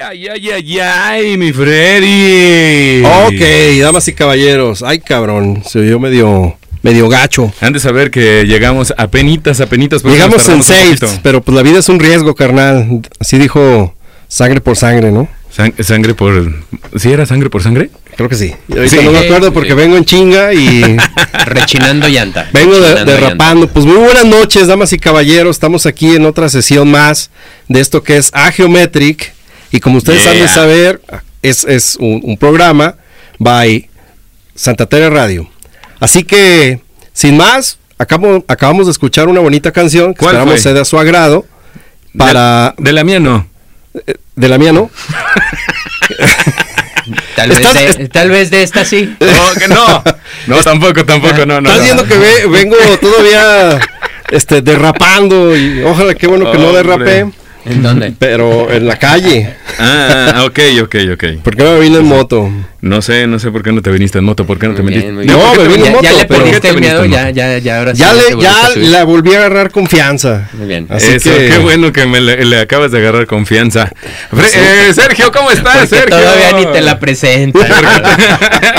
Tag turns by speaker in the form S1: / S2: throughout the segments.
S1: Ay, ay, ay, ay, mi Freddy.
S2: Ok, damas y caballeros. Ay, cabrón. Se oyó medio, medio gacho.
S1: Han de saber que llegamos a penitas, a penitas.
S2: Llegamos en safe, pero pues la vida es un riesgo, carnal. Así dijo sangre por sangre, ¿no?
S1: Sang- sangre por... ¿Sí era sangre por sangre?
S2: Creo que sí. Y ahorita
S1: Sí.
S2: no me acuerdo porque vengo en chinga y
S3: Rechinando llanta.
S2: vengo de-
S3: Rechinando
S2: derrapando. Pues muy buenas noches, damas y caballeros. Estamos aquí en otra sesión más de esto que es Agiometric. Y como ustedes
S1: Yeah.
S2: han de saber, es, es un, un programa by Santa Tere Radio. Así que, sin más, acabo- acabamos de escuchar una bonita canción que
S1: ¿Cuál
S2: esperamos
S1: fue?
S2: sea de su agrado. Para.
S1: De, de la mía no.
S2: de la mía, ¿no?
S3: llanta. Tal, vez
S2: Estás-
S3: de, tal vez de esta sí.
S1: No, que no. No, tampoco, tampoco, no, no.
S2: Estás
S1: no.
S2: viendo que ve- vengo todavía este, derrapando y ojalá qué bueno que no
S1: Hombre.
S2: derrapé,
S3: ¿En dónde?
S2: pero en la calle,
S1: Ah, ok, ok, ok.
S2: porque no me vine en moto.
S1: No sé, no sé por qué no te viniste en moto, por qué no te
S3: Muy
S1: metiste.
S3: bien, muy
S2: No,
S3: bien.
S2: me vine en
S3: ya, ya
S2: moto,
S3: le
S1: ¿Por
S2: pero-
S1: qué
S3: perdiste
S1: te
S3: el miedo,
S1: viniste en
S3: ya, ya, ya, ahora sí.
S2: Ya,
S3: te
S2: le,
S3: volviste a
S2: ya
S3: subir.
S2: la volví a agarrar confianza.
S3: Muy bien.
S2: Así
S1: Eso,
S2: que-
S1: qué bueno que me le, le acabas de agarrar confianza. Fre- eh, Sergio, ¿cómo estás,
S3: Porque
S1: Sergio?
S3: todavía ni te la presenta.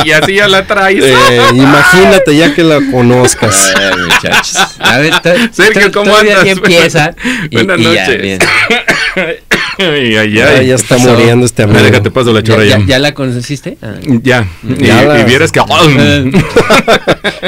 S1: y así ya la traes.
S2: Eh, imagínate ya que la conozcas.
S3: A ver, muchachos. A ver, to-
S1: Sergio,
S3: to-
S1: ¿cómo
S3: todavía
S1: andas?
S3: sí empieza. y-
S1: Buenas
S3: y ya,
S1: noches.
S3: bien.
S1: ay, ay,
S2: Ya,
S1: ay.
S2: ya está
S3: pasó?
S2: muriendo este
S1: Ah,
S2: amigo.
S1: déjate paso la
S3: ¿Ya,
S1: chorra ya.
S3: ya- ya la conociste? Ah.
S1: Ya. Y,
S2: Ya la-
S1: y vieras que.
S3: Eh.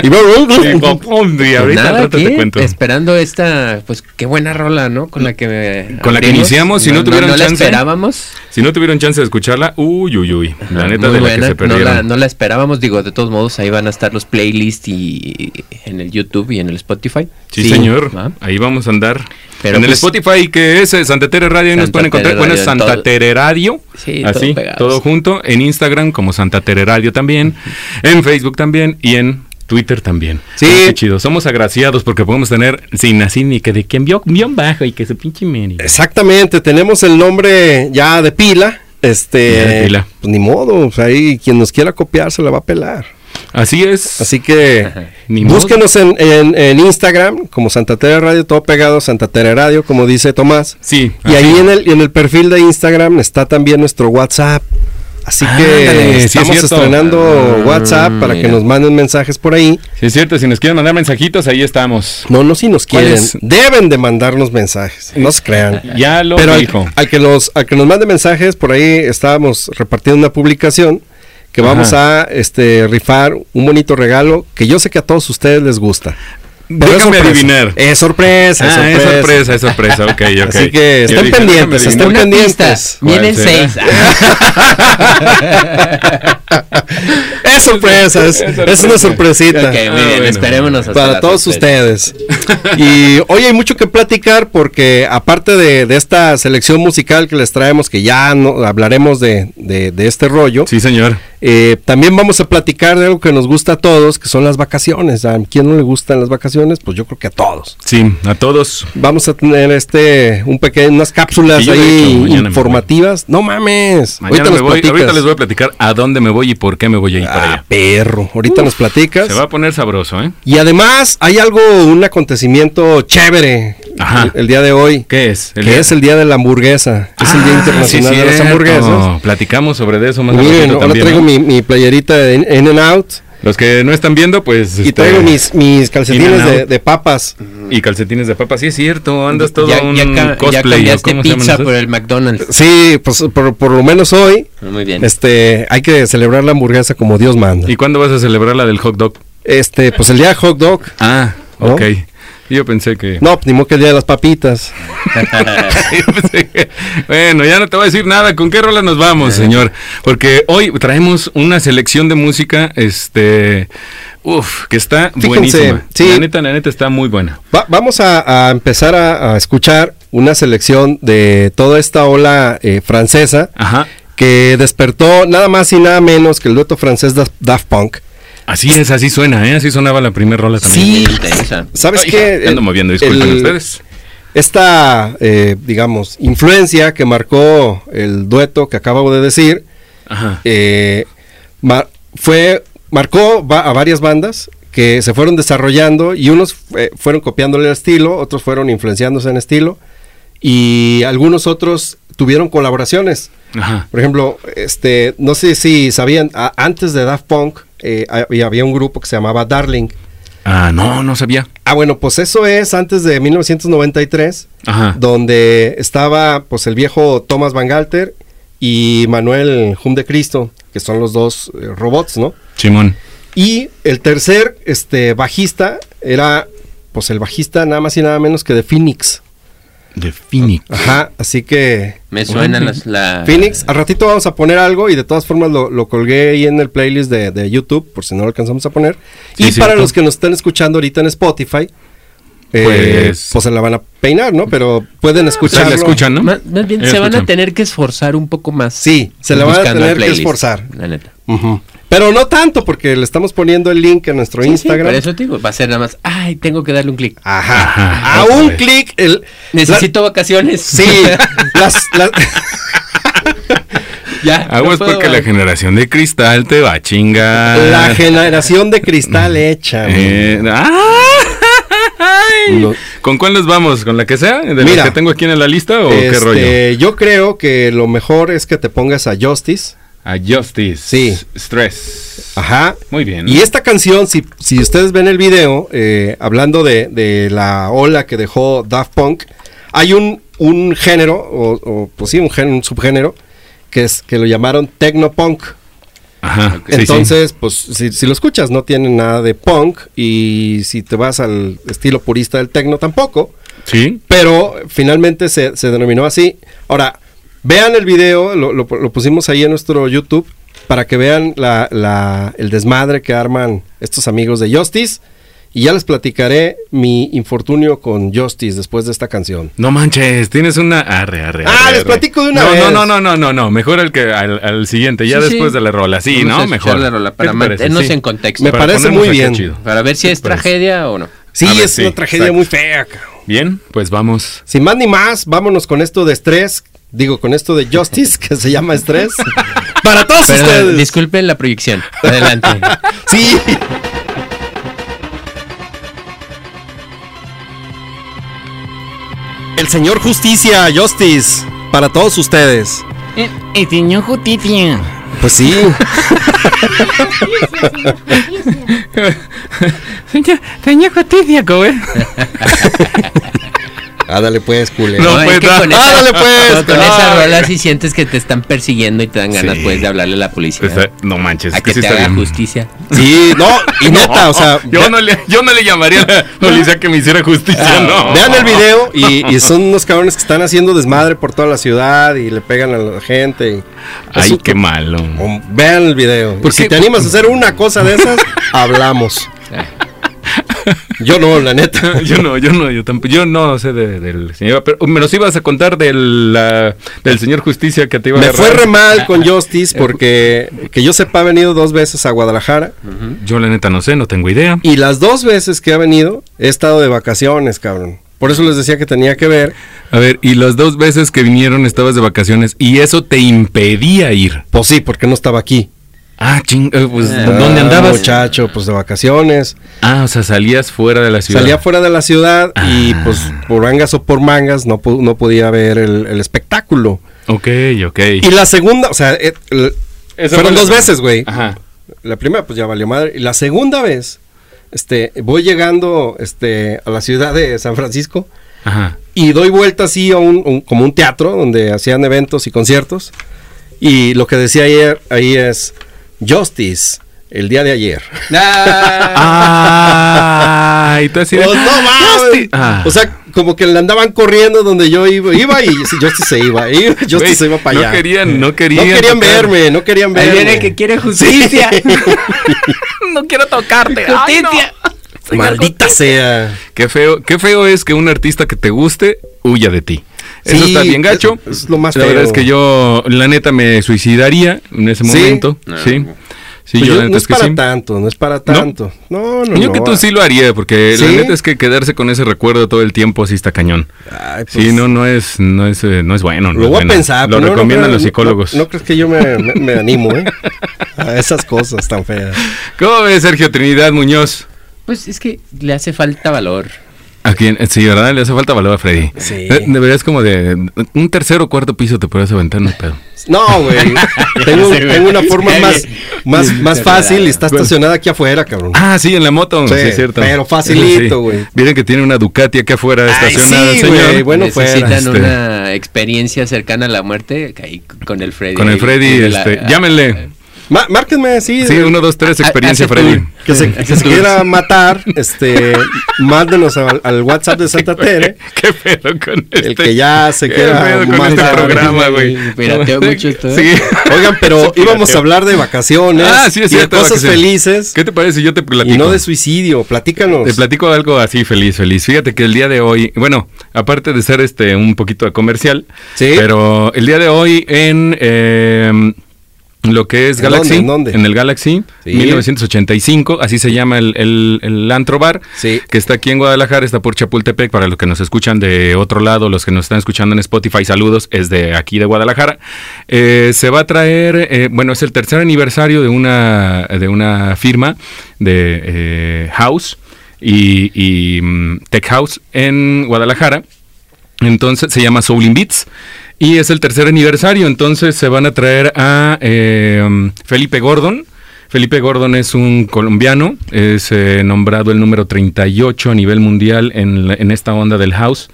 S2: Y va-
S1: y ahorita al
S3: Pues Nada,
S1: rato
S3: aquí,
S1: te cuento.
S3: esperando esta, pues qué buena rola, ¿no? Con la que me
S1: Con la que iniciamos, si no tuvieron
S3: no,
S1: chance.
S3: la esperábamos.
S1: Si no tuvieron chance de escucharla, uy, uy, uy. La
S3: Ah,
S1: neta
S3: muy
S1: de la
S3: buena,
S1: que se
S3: no,
S1: perdieron.
S3: la, no la esperábamos, digo, de todos modos ahí van a estar los playlists y, y en el YouTube y en el Spotify.
S1: Sí, señor.
S2: ¿Ah?
S1: Ah,
S3: ¿va?
S1: Ahí vamos a andar.
S3: Pero
S1: en el
S3: pues-
S1: Spotify que es eh, Santa Tere Radio, ahí nos
S3: Santa
S1: pueden encontrar.
S3: Tere
S1: Bueno, es
S3: Radio en
S1: Santa
S3: todo-
S1: Tere Radio.
S3: Sí, todo
S1: así,
S3: pegados.
S1: todo junto. En Instagram como Santa Tere Radio también. En Facebook también. Y en Twitter también.
S2: Sí.
S1: Ah, Qué chido. Somos agraciados porque podemos tener sin así ni que de quien vio guión bajo y que se pinche meni.
S2: Exactamente, tenemos el nombre ya de pila. Este,
S1: Ya de pila.
S2: pues, ni modo, o sea, ahí quien nos quiera copiar se la va a pelar.
S1: Así es.
S2: Así que
S1: Ni modo.
S2: búsquenos en, en- en Instagram como Santa Tere Radio, todo pegado, Santa Tere Radio, como dice Tomás.
S1: Sí.
S2: Y
S1: así.
S2: ahí en el, en el perfil de Instagram está también nuestro WhatsApp. Así que
S1: Ándale, sí es
S2: estamos
S1: cierto.
S2: estrenando
S3: Ah,
S2: WhatsApp para que
S3: mira.
S2: nos manden mensajes por ahí.
S1: Sí, es cierto. Si nos quieren mandar mensajitos, ahí estamos.
S2: No, no si nos
S1: ¿Cuál
S2: quieren.
S1: es?
S2: Deben de mandarnos mensajes. No se crean.
S1: Ya lo
S2: Pero al, ah,
S1: dijo.
S2: al que nos, al que nos mande mensajes, por ahí estábamos repartiendo una publicación que
S1: Ajá.
S2: vamos a este, rifar un bonito regalo que yo sé que a todos ustedes les gusta. Pero
S1: Déjame
S2: sorpresa.
S1: adivinar.
S2: Es sorpresa, es
S1: Ah,
S2: sorpresa.
S1: es sorpresa, es sorpresa, ok, ok.
S2: Así que
S1: Yo
S2: estén
S1: dije,
S2: pendientes,
S1: déjame
S2: estén
S1: adivinar.
S3: Una pista,
S2: Pues pendientes.
S3: vienen
S1: ¿Cuál será?
S3: seis. Ah.
S2: Es sorpresa, es,
S1: Es
S2: es una sorpresita.
S3: Ok, muy
S1: Ah,
S3: bien,
S1: bueno.
S3: esperémonos hasta
S2: Para
S3: la
S2: todos
S3: sorpresa.
S2: ustedes. Y hoy hay mucho que platicar porque aparte de, de esta selección musical que les traemos, que ya no, hablaremos de, de- de este rollo,
S1: Sí, señor.
S2: eh, también vamos a platicar de algo que nos gusta a todos, que son las vacaciones. ¿A quién no le gustan las vacaciones? Pues yo creo que a todos.
S1: Sí, a todos.
S2: Vamos a tener este un pequeño, unas cápsulas
S1: Y yo, de hecho,
S2: ahí
S1: mañana me
S2: informativas. No mames.
S1: Mañana
S2: nos
S1: me voy,
S2: platicas.
S1: ahorita les voy a platicar a dónde me voy y por qué me voy a ir para
S2: Ah,
S1: allá.
S2: perro. Ahorita nos platicas.
S1: Se va a poner sabroso, ¿eh?
S2: Y además hay algo, un acontecimiento chévere
S1: Ajá.
S2: el, el día de hoy,
S1: ¿Qué es?
S2: que es el Día de la Hamburguesa. es
S1: Ah,
S2: el Día Internacional de las Hamburguesas.
S1: Platicamos sobre eso más
S2: Miren,
S1: adelantito
S2: ahora
S1: también,
S2: traigo
S1: ¿no?
S2: mi, mi playerita de In and Out
S1: Los que no están viendo, pues...
S2: y
S1: este,
S2: traigo mis, mis calcetines
S1: In-N-Out.
S2: de, de papas.
S1: Y calcetines de papa. Sí, es cierto, andas todo
S3: Ya,
S1: un
S3: ya ca- ya
S1: cosplay. ¿o
S3: cambiaste
S1: cómo se llaman
S3: pizza
S1: esos?
S3: por el McDonald's.
S2: Sí, pues por, por lo menos hoy
S3: Muy bien.
S2: este, hay que celebrar la hamburguesa como Dios manda.
S1: ¿Y cuándo vas a celebrar la del hot dog?
S2: Este, pues el día de hot dog.
S1: Ah,
S2: ¿No?
S1: ok. Yo pensé que...
S2: No, pues, ni modo que el día de las papitas.
S1: Yo pensé que- bueno, ya no te voy a decir nada. ¿Con qué rola nos
S2: Eh.
S1: vamos, señor? Porque hoy traemos una selección de música, este, uf, que está
S2: Fíjense,
S1: buenísima.
S2: sí.
S1: La neta, la neta está muy buena.
S2: Va- vamos a, a empezar a, a escuchar una selección de toda esta ola eh, francesa.
S1: Ajá.
S2: que despertó nada más y nada menos que el dueto francés Da- Daft Punk.
S1: Así es, así suena, ¿eh? Así sonaba la primera rola también.
S3: Muy intensa.
S2: ¿Sabes
S1: Ay,
S2: qué?
S1: ya Ando
S2: El-
S1: moviendo, disculpen
S2: el-
S1: ustedes.
S2: Esta, eh, digamos, influencia que marcó el dueto que acabo de decir,
S1: Ajá.
S2: eh, ma- fue, marcó va- a varias bandas que se fueron desarrollando y unos eh, fue- fueron copiándole el estilo, otros fueron influenciándose en estilo y algunos otros tuvieron colaboraciones.
S1: Ajá.
S2: Por ejemplo, este, no sé si sabían, a- antes de Daft Punk eh, había había un grupo que se llamaba Darling.
S1: Ah, no, no sabía.
S2: Ah, bueno, pues eso es antes de 1993,
S1: Ajá.
S2: donde estaba pues el viejo Thomas Van Galter y Manuel Hum de Cristo, que son los dos eh, robots, ¿no?
S1: Simón.
S2: Y el tercer este, bajista era pues el bajista nada más y nada menos que de Phoenix.
S1: De Phoenix.
S2: Ajá, así que
S3: Me suena las- la...
S2: Phoenix, al ratito vamos a poner algo y de todas formas lo, lo colgué ahí en el playlist de, de YouTube, por si no lo alcanzamos a poner.
S1: Sí,
S2: y para
S1: cierto.
S2: los que nos están escuchando ahorita en Spotify, eh,
S1: Pues-
S2: pues, se la van a peinar, ¿no? Pero pueden
S1: Se
S2: escucharlo.
S1: la escuchan, ¿no?
S3: Más, más bien
S1: Ellos
S3: se van
S1: escuchan.
S3: a tener que esforzar un poco más.
S2: Sí, se la van a
S3: Buscando
S2: tener
S3: el
S2: que
S3: playlist,
S2: esforzar.
S3: La neta.
S2: Ujú. Pero no tanto, porque le estamos poniendo el link a nuestro
S3: Sí, sí,
S2: Instagram.
S3: por eso te digo, va a ser nada más, ay, tengo que darle un clic.
S2: Ajá.
S1: Ajá,
S2: A
S1: otra
S2: un
S1: vez.
S2: clic. el-
S3: Necesito vacaciones.
S2: la- sí. las- las-
S3: ya. no
S1: Aguas
S3: puedo,
S1: porque la
S3: güey.
S1: generación de cristal te va a chingar.
S2: la generación de cristal hecha.
S1: Ah. Mm. Eh, ¡ay!
S2: No.
S1: ¿Con cuál nos vamos? ¿Con la que sea? ¿De la
S2: Mira.
S1: que tengo aquí en la lista o oh, qué
S2: Este,
S1: rollo?
S2: Yo creo que lo mejor es que te pongas a Justice.
S1: A Justice.
S2: Sí.
S1: Stress.
S2: Ajá.
S1: Muy bien.
S2: Y esta canción, si, si ustedes ven el video, eh, hablando de, de la ola que dejó Daft Punk, hay un, un género, o, o, pues sí, un, gen- un subgénero, que, es, que lo llamaron Tecnopunk.
S1: Ajá. sí, sí.
S2: Entonces, pues si, si lo escuchas, no tiene nada de punk, y si te vas al estilo purista del tecno, tampoco.
S1: Sí.
S2: Pero finalmente se, se denominó así. Ahora, vean el video, lo, lo- lo pusimos ahí en nuestro YouTube para que vean la- la- el desmadre que arman estos amigos de Justice. Y ya les platicaré mi infortunio con Justice después de esta canción.
S1: No manches, tienes una arre, arre,
S2: Ah,
S1: arre,
S2: les
S1: arre.
S2: platico de una
S1: no,
S2: vez.
S1: No, no, no, no, no, no, mejor al que al, al siguiente, ya
S3: Sí, sí.
S1: después de la rola. Sí,
S3: Vamos a
S1: ¿no?
S3: escuchar
S1: Mejor.
S3: la rola
S1: ¿Qué
S3: para
S1: te
S3: mantenernos
S1: Sí.
S3: en contexto.
S2: Me
S1: Para
S2: parece
S1: ponernos
S2: muy
S1: acá
S2: bien.
S1: chido.
S3: Para ver si es
S1: parece?
S3: tragedia o no.
S2: Sí,
S1: A ver,
S2: es
S1: sí,
S2: una tragedia
S1: exacto.
S2: muy fea. cabrón.
S1: Bien, pues vamos.
S2: Sin más ni más, vámonos con esto de estrés. Digo, con esto de Justice, que se llama estrés. para todos
S3: Perdón,
S2: ustedes.
S3: disculpen la proyección. Adelante.
S2: Sí. El señor Justicia, Justice, para todos ustedes.
S4: El señor Justicia.
S2: Pues sí.
S4: Señor, señor Justicia, güey.
S2: Ándale pues, culero.
S1: No,
S3: es
S1: pues,
S3: que
S1: no.
S3: con
S2: Ándale,
S3: esa,
S2: pues,
S3: con
S2: no.
S3: esa rola sí sientes que te están persiguiendo y te dan ganas
S1: Sí.
S3: pues de hablarle a la policía.
S1: Está- Este, no manches,
S3: a
S1: es que
S3: que,
S1: sí
S3: te
S1: está
S3: haga
S1: bien.
S3: justicia.
S2: Sí, no, y neta, o sea,
S1: yo, no le, yo no le llamaría a la policía que me hiciera justicia, no.
S2: Ah, vean el video y, y son unos cabrones que están haciendo desmadre por toda la ciudad y le pegan a la gente. y-
S1: Ay,
S2: Eso-
S1: qué malo.
S2: o- vean el video.
S1: ¿Por
S2: Y si
S1: qué?
S2: te animas a hacer una cosa de esas, hablamos.
S1: Eh.
S2: Yo no, la neta.
S1: Yo no, yo no, yo tampoco. Yo no sé de- del señor. Pero me los ibas a contar del, la- del señor Justicia que te iba a
S2: Me fue
S1: agarrar.
S2: re mal
S1: Ah,
S2: con Justice porque que yo sepa ha venido dos veces a Guadalajara
S1: Yo la neta no sé, no tengo idea.
S2: y las dos veces que ha venido he estado de vacaciones, cabrón. Por eso les decía que tenía que ver.
S1: A ver, y las dos veces que vinieron estabas de vacaciones y eso te impedía ir.
S2: Pues sí, porque no estaba aquí.
S1: Ah, ching, eh, pues
S3: Ah,
S1: ¿dónde
S2: Ah,
S1: andabas?
S2: Muchacho, pues de vacaciones.
S1: Ah, o sea, salías fuera de la ciudad.
S2: Salía fuera de la ciudad y
S1: Ah.
S2: pues por mangas o por mangas no, pu- no podía ver el, el espectáculo.
S1: Ok, ok.
S2: Y la segunda, o sea, eh, el-
S1: Esa fue
S2: fueron
S1: la- Ah.
S2: dos veces, güey.
S1: Ajá.
S2: La primera, pues ya valió madre. Y la segunda vez, este, voy llegando este, a la ciudad de San Francisco.
S1: Ajá.
S2: y doy vuelta así a un, un- como un teatro donde hacían eventos y conciertos y lo que decía ayer ahí es Justice el día de ayer
S1: Ah, Ay, tú así de-
S2: Pues, no mames.
S1: Justi- Ah.
S2: o sea como que le andaban corriendo donde yo iba, iba y sí, Justice se iba, iba, Justice
S1: Güey,
S2: se iba para allá
S1: No querían, no
S2: No
S1: querían.
S2: querían
S1: tocar.
S2: verme no querían verme
S4: quiere justicia.
S3: no quiero tocarte.
S4: Justicia.
S2: maldita sea
S1: Qué feo, qué feo es que un artista que te guste huya de ti. Eso
S2: Sí,
S1: está bien gacho.
S2: es- es lo más
S1: La verdad
S2: feo.
S1: es que yo, la neta, me suicidaría en ese
S2: ¿Sí?
S1: momento.
S3: No.
S1: Sí. Sí, yo,
S2: Pues yo-
S1: la neta
S2: no
S1: es
S2: es
S1: que
S2: para
S1: sí.
S2: tanto no es para tanto no no,
S1: Yo
S2: no,
S1: que tú sí lo haría, porque la
S2: ¿Sí?
S1: neta es que quedarse con ese recuerdo todo el tiempo sí está cañón.
S2: ay, pues,
S1: sí, no, no es, no es, eh, no es bueno. no
S2: Lo
S1: es
S2: voy
S1: bueno.
S2: a pensar.
S1: Lo
S2: pero no, no
S1: recomiendan
S2: creo-
S1: los
S2: no-
S1: psicólogos.
S2: No, crees que yo me, me- me animo, ¿eh? A esas cosas tan feas.
S1: ¿Cómo ves, Sergio Trinidad Muñoz?
S3: Pues es que le hace falta valor.
S1: ¿A quién? Sí, ¿verdad? Le hace falta valor a Freddy.
S2: Sí.
S1: De- Deberías como de un tercer o cuarto piso te podrías aventar, no pedo.
S2: No, güey. tengo,
S3: Sí, güey.
S2: tengo una forma
S3: Sí,
S2: más, más, más fácil y está
S1: Bueno.
S2: estacionada aquí afuera, cabrón.
S1: Ah, sí, en la moto. Sí,
S2: Sí,
S1: es cierto.
S2: pero facilito, güey.
S1: Miren que tiene una Ducati acá afuera
S3: Pues
S1: estacionada,
S2: sí,
S1: el señor.
S2: güey, bueno, fuera,
S3: Necesitan
S1: este.
S3: una experiencia cercana a la muerte que ahí con el Freddy.
S1: Con el Freddy,
S3: Con la- ah, eh,
S1: este, llámenle.
S2: Ma- márquenme, sí.
S1: Sí,
S2: de-
S1: uno, dos, tres, experiencia,
S3: hace
S1: Freddy.
S3: tour.
S2: que se, que se quiera matar, este, mándenos al, al WhatsApp de Santa Tere.
S1: ¿Qué pedo con este?
S2: El que ya se
S1: ¿Qué
S2: quiera
S1: pedo con este
S2: matar.
S1: programa, güey?
S3: Pirateó mucho esto, ¿eh?
S1: Sí.
S2: Oigan, pero
S1: Sí,
S2: íbamos
S1: pirateó.
S2: a hablar de vacaciones
S1: Ah, sí, es
S2: y de
S1: cierto,
S2: cosas
S1: vacaciones.
S2: felices
S1: ¿Qué te parece si yo te platico?
S2: y no de suicidio. Platícanos.
S1: Te platico algo así feliz, feliz. Fíjate que el día de hoy, bueno, aparte de ser este un poquito comercial,
S2: Sí.
S1: pero el día de hoy en eh, lo que es
S2: ¿En
S1: Galaxy,
S2: dónde, en dónde?
S1: en el Galaxy,
S2: Sí.
S1: 1985, así se llama el, el, el antro bar,
S2: Sí.
S1: que está aquí en Guadalajara, está por Chapultepec, para los que nos escuchan de otro lado, los que nos están escuchando en Spotify, saludos, es de aquí de Guadalajara. Eh, se va a traer, eh, bueno, es el tercer aniversario de una, de una firma de eh, House y, y, mm, Tech House en Guadalajara. Entonces se llama Soul in Beats y es el tercer aniversario. Entonces se van a traer a eh, Felipe Gordon. Felipe Gordon es un colombiano, es eh, nombrado el número 38 a nivel mundial en, la- en esta onda del house.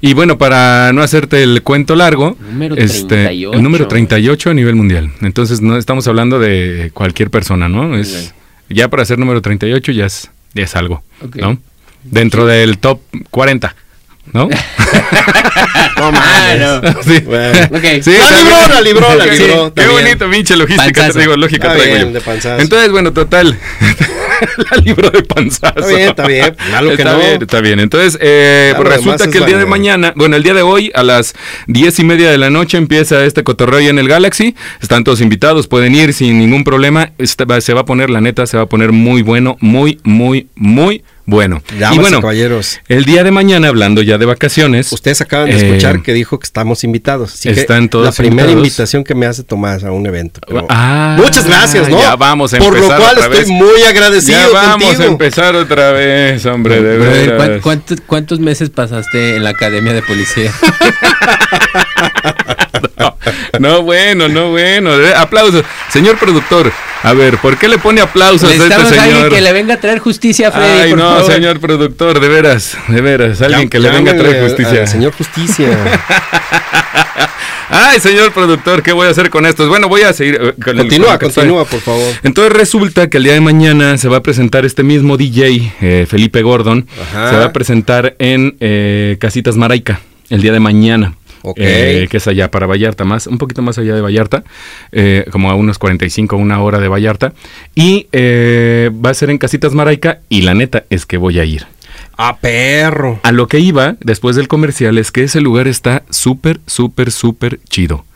S1: Y bueno, para no hacerte el cuento largo,
S3: Número
S1: este,
S3: 38.
S1: el número 38 a nivel mundial. Entonces no estamos hablando de cualquier persona, ¿no? Es, ya para ser número 38 ya es, ya es algo,
S3: Ok.
S1: ¿no? Dentro del top 40, ¿no?
S2: No
S3: Ah,
S2: mames.
S3: no.
S1: Sí.
S2: Bueno.
S3: Ok.
S1: Sí,
S2: La
S1: también.
S2: libró, la libró, la
S1: Sí,
S2: libró,
S1: Qué
S2: también.
S1: bonito, pinche logística,
S3: Panzazo.
S1: te digo, lógica
S2: Está
S1: traigo
S2: bien,
S1: yo.
S2: de panzazo.
S1: Entonces, bueno, total. la libro de panzazo.
S2: Está bien, está bien. Malo que
S1: Está
S2: no.
S1: bien, está bien. Entonces, eh, pues
S2: Claro, lo demás
S1: resulta
S2: es
S1: que el día de
S2: válido.
S1: mañana, bueno, el día de hoy a las diez y media de la noche empieza este cotorreo ahí en el Galaxy. Están todos invitados, pueden ir sin ningún problema. Esta va- se va a poner, la neta, se va a poner muy bueno, muy, muy, muy bueno.
S2: Damas
S1: y
S2: y
S1: bueno,
S2: caballeros.
S1: el día de mañana, hablando ya de vacaciones.
S2: Ustedes acaban de
S1: eh,
S2: escuchar que dijo que estamos invitados. Así que
S1: están todos
S2: La primera
S1: invitados.
S2: invitación que me hace Tomás a un evento. pero-
S1: Ah,
S2: Muchas gracias, ¿no?
S1: ya vamos a
S2: Por lo
S1: empezar
S2: cual
S1: otra
S2: estoy
S1: vez.
S2: muy agradecido
S1: Ya vamos a
S2: contigo.
S1: empezar otra vez, hombre, de
S3: Brother, Ah, ¿cuán-
S1: veras.
S3: cuántos, cuántos meses pasaste en la academia de policía?
S1: No, bueno, no, bueno. de- Aplausos. Señor productor, a ver, ¿por qué le pone aplausos a este
S3: Necesitamos a alguien
S1: señor?
S3: que le venga a traer justicia a Freddy.
S1: Ay,
S3: por
S1: no,
S3: favor.
S1: señor productor, de veras, de veras. Alguien
S2: Llam-
S1: que le venga a traer
S2: llámenle
S1: justicia.
S2: al señor Justicia.
S1: Ay, señor productor, ¿qué voy a hacer con estos? Bueno, voy a seguir. eh, con el-
S2: continúa,
S1: con lo que estoy.
S2: continúa, por favor.
S1: Entonces resulta que el día de mañana se va a presentar este mismo DJ, eh, Felipe Gordon,
S2: Ajá.
S1: se va a presentar en eh, Casitas Maraica el día de mañana.
S2: Ok.
S1: Eh, que es allá para Vallarta, más, un poquito más allá de Vallarta, eh, como a unos 45, una hora de Vallarta. Y eh, va a ser en Casitas Maraica y la neta es que voy a ir.
S2: Ah, perro.
S1: A lo que iba después del comercial es que ese lugar está súper, súper, súper chido.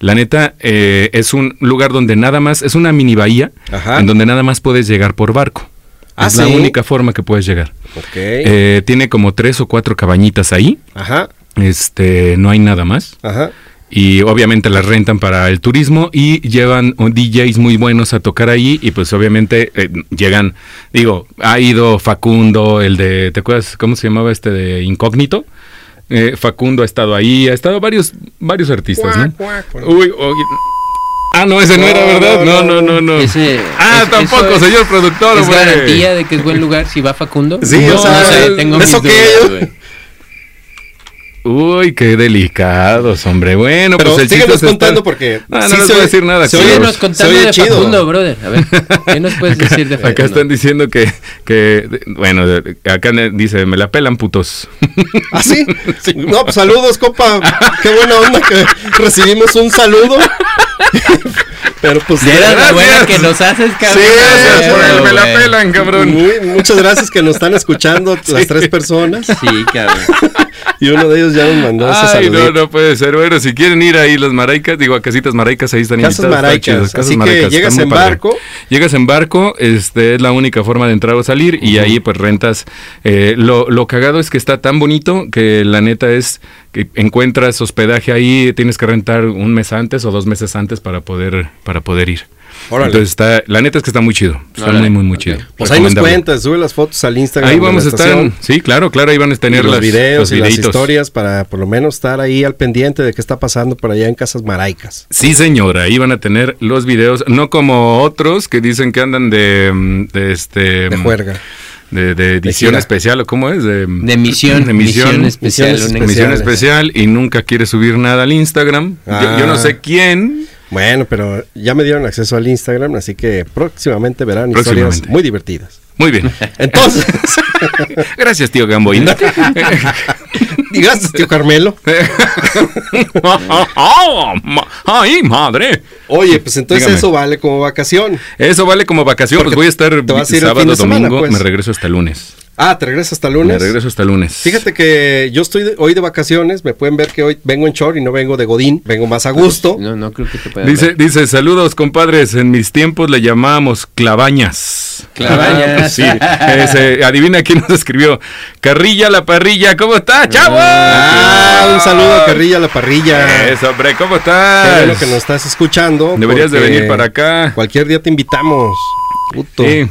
S1: La neta, eh, es un lugar donde nada más, es una mini bahía,
S2: Ajá.
S1: en donde nada más puedes llegar por barco.
S2: Ah,
S1: es la
S2: ¿sí?
S1: única forma que puedes llegar.
S2: Ok.
S1: Eh, tiene como tres o cuatro cabañitas ahí,
S2: ajá,
S1: este, no hay nada más.
S2: ajá.
S1: Y obviamente las rentan para el turismo y llevan oh, DJs muy buenos a tocar ahí y pues obviamente eh, llegan, digo, ha ido Facundo, el de, ¿te acuerdas cómo se llamaba este de Incógnito? Eh, Facundo ha estado ahí, ha estado varios, varios artistas, ¿no? Uy, oye. Ah, no, ese no era, ¿verdad? No, no, no, no.
S3: Ese-
S1: ah,
S3: es-
S1: tampoco,
S3: eso es-
S1: señor productor,
S3: ¿Es
S1: güey.
S3: garantía de que es buen lugar si va Facundo?
S2: Sí,
S1: o sea,
S2: ¿eso qué?
S3: güey.
S1: Uy, qué delicados, hombre. Bueno,
S2: Pero
S1: pues el chiste
S2: síguenos
S1: es estar- Ah,
S2: contando porque
S1: No, no
S2: sí
S1: les
S2: se
S1: voy a
S2: oye-
S1: decir nada.
S2: se
S1: claro.
S2: oye
S3: Síguenos
S2: se
S3: contando de
S2: chido.
S3: Facundo, brother. A ver, ¿qué nos puedes decir de Facundo?
S1: Acá están diciendo que, que bueno, de- acá ne- dice, me la pelan putos.
S2: ¿Ah, sí? No, pues saludos, compa. Qué buena onda que recibimos un saludo. Pero pues.
S3: De veras, la
S1: Gracias.
S3: buena que nos haces, cabrón.
S2: Sí, gracias por el
S1: me la
S3: güey.
S1: pelan, cabrón.
S2: muy- muchas gracias que nos están escuchando las tres personas.
S3: Sí, cabrón.
S2: Y uno de ellos ya nos mandó ese
S1: Ay, no,
S2: saludo.
S1: no puede ser. Bueno, si quieren ir ahí las maraicas, digo, a casitas maraicas, ahí están
S2: Casas
S1: invitadas, está
S2: Maraicas.
S1: chido, Casas
S2: Así que
S1: Maraicas,
S2: llegas
S1: está muy
S2: en
S1: padre.
S2: barco.
S1: Llegas en barco, este es la única forma de entrar o salir y ahí pues rentas. eh, lo, lo cagado es que está tan bonito que la neta es que encuentras hospedaje ahí, tienes que rentar un mes antes o dos meses antes para poder, para poder ir.
S2: Órale.
S1: Entonces está, la neta es que está muy chido. Está
S3: Órale,
S1: muy, muy, muy
S3: ok.
S1: chido.
S2: Pues ahí nos
S1: Recomendable.
S2: cuentas, sube las fotos al Instagram.
S1: Ahí
S2: de la
S1: vamos a estar.
S2: estación,
S1: Sí, claro, claro, ahí van a tener
S2: y los
S1: las-
S2: videos
S1: los
S2: y las
S1: videitos.
S2: historias para por lo menos estar ahí al pendiente de qué está pasando por allá en Casas Maraicas.
S1: Sí, señora, ahí van a tener los videos, no como otros que dicen que andan de, mm, de este
S2: De
S1: mm,
S2: juerga.
S1: de, de edición
S2: gira.
S1: especial o cómo es de, mm,
S3: De misión,
S1: de misión,
S3: misión especial.
S2: misiones
S3: una-
S1: misión
S2: especiales.
S1: especial y nunca quiere subir nada al Instagram. Yo-
S2: Ah.
S1: Yo, no sé quién.
S2: Bueno, pero ya me dieron acceso al Instagram, así que próximamente verán historias
S1: Próximamente.
S2: muy divertidas.
S1: Muy bien.
S2: Entonces,
S1: Gracias, tío Gamboín.
S2: y gracias, tío Carmelo.
S1: Ay, madre.
S2: Oye, pues entonces
S1: Dígame.
S2: eso vale como vacación.
S1: Eso vale como vacación,
S2: Porque
S1: pues voy a estar
S2: te vas a ir el fin
S1: sábado,
S2: de semana,
S1: domingo,
S2: pues.
S1: me regreso hasta el lunes.
S2: Ah, te regresas hasta lunes.
S1: Me regreso hasta el lunes.
S2: Fíjate que yo estoy de- hoy de vacaciones, me pueden ver que hoy vengo en short y no vengo de Godín, vengo más a gusto.
S3: No, no creo que te pueda.
S1: Dice, dice, saludos compadres, en mis tiempos le llamábamos clavañas.
S3: Clavañas.
S1: Ah, pues sí. Ese, adivina quién nos escribió. Carrilla la parrilla, ¿cómo estás, chavo?
S2: Ah, un saludo a Carrilla la Parrilla.
S1: Eso, hombre, ¿cómo
S2: Qué
S1: estás?
S2: bueno que nos estás escuchando.
S1: Deberías de
S2: porque
S1: venir para acá.
S2: Cualquier día te invitamos. Puto.
S1: Sí.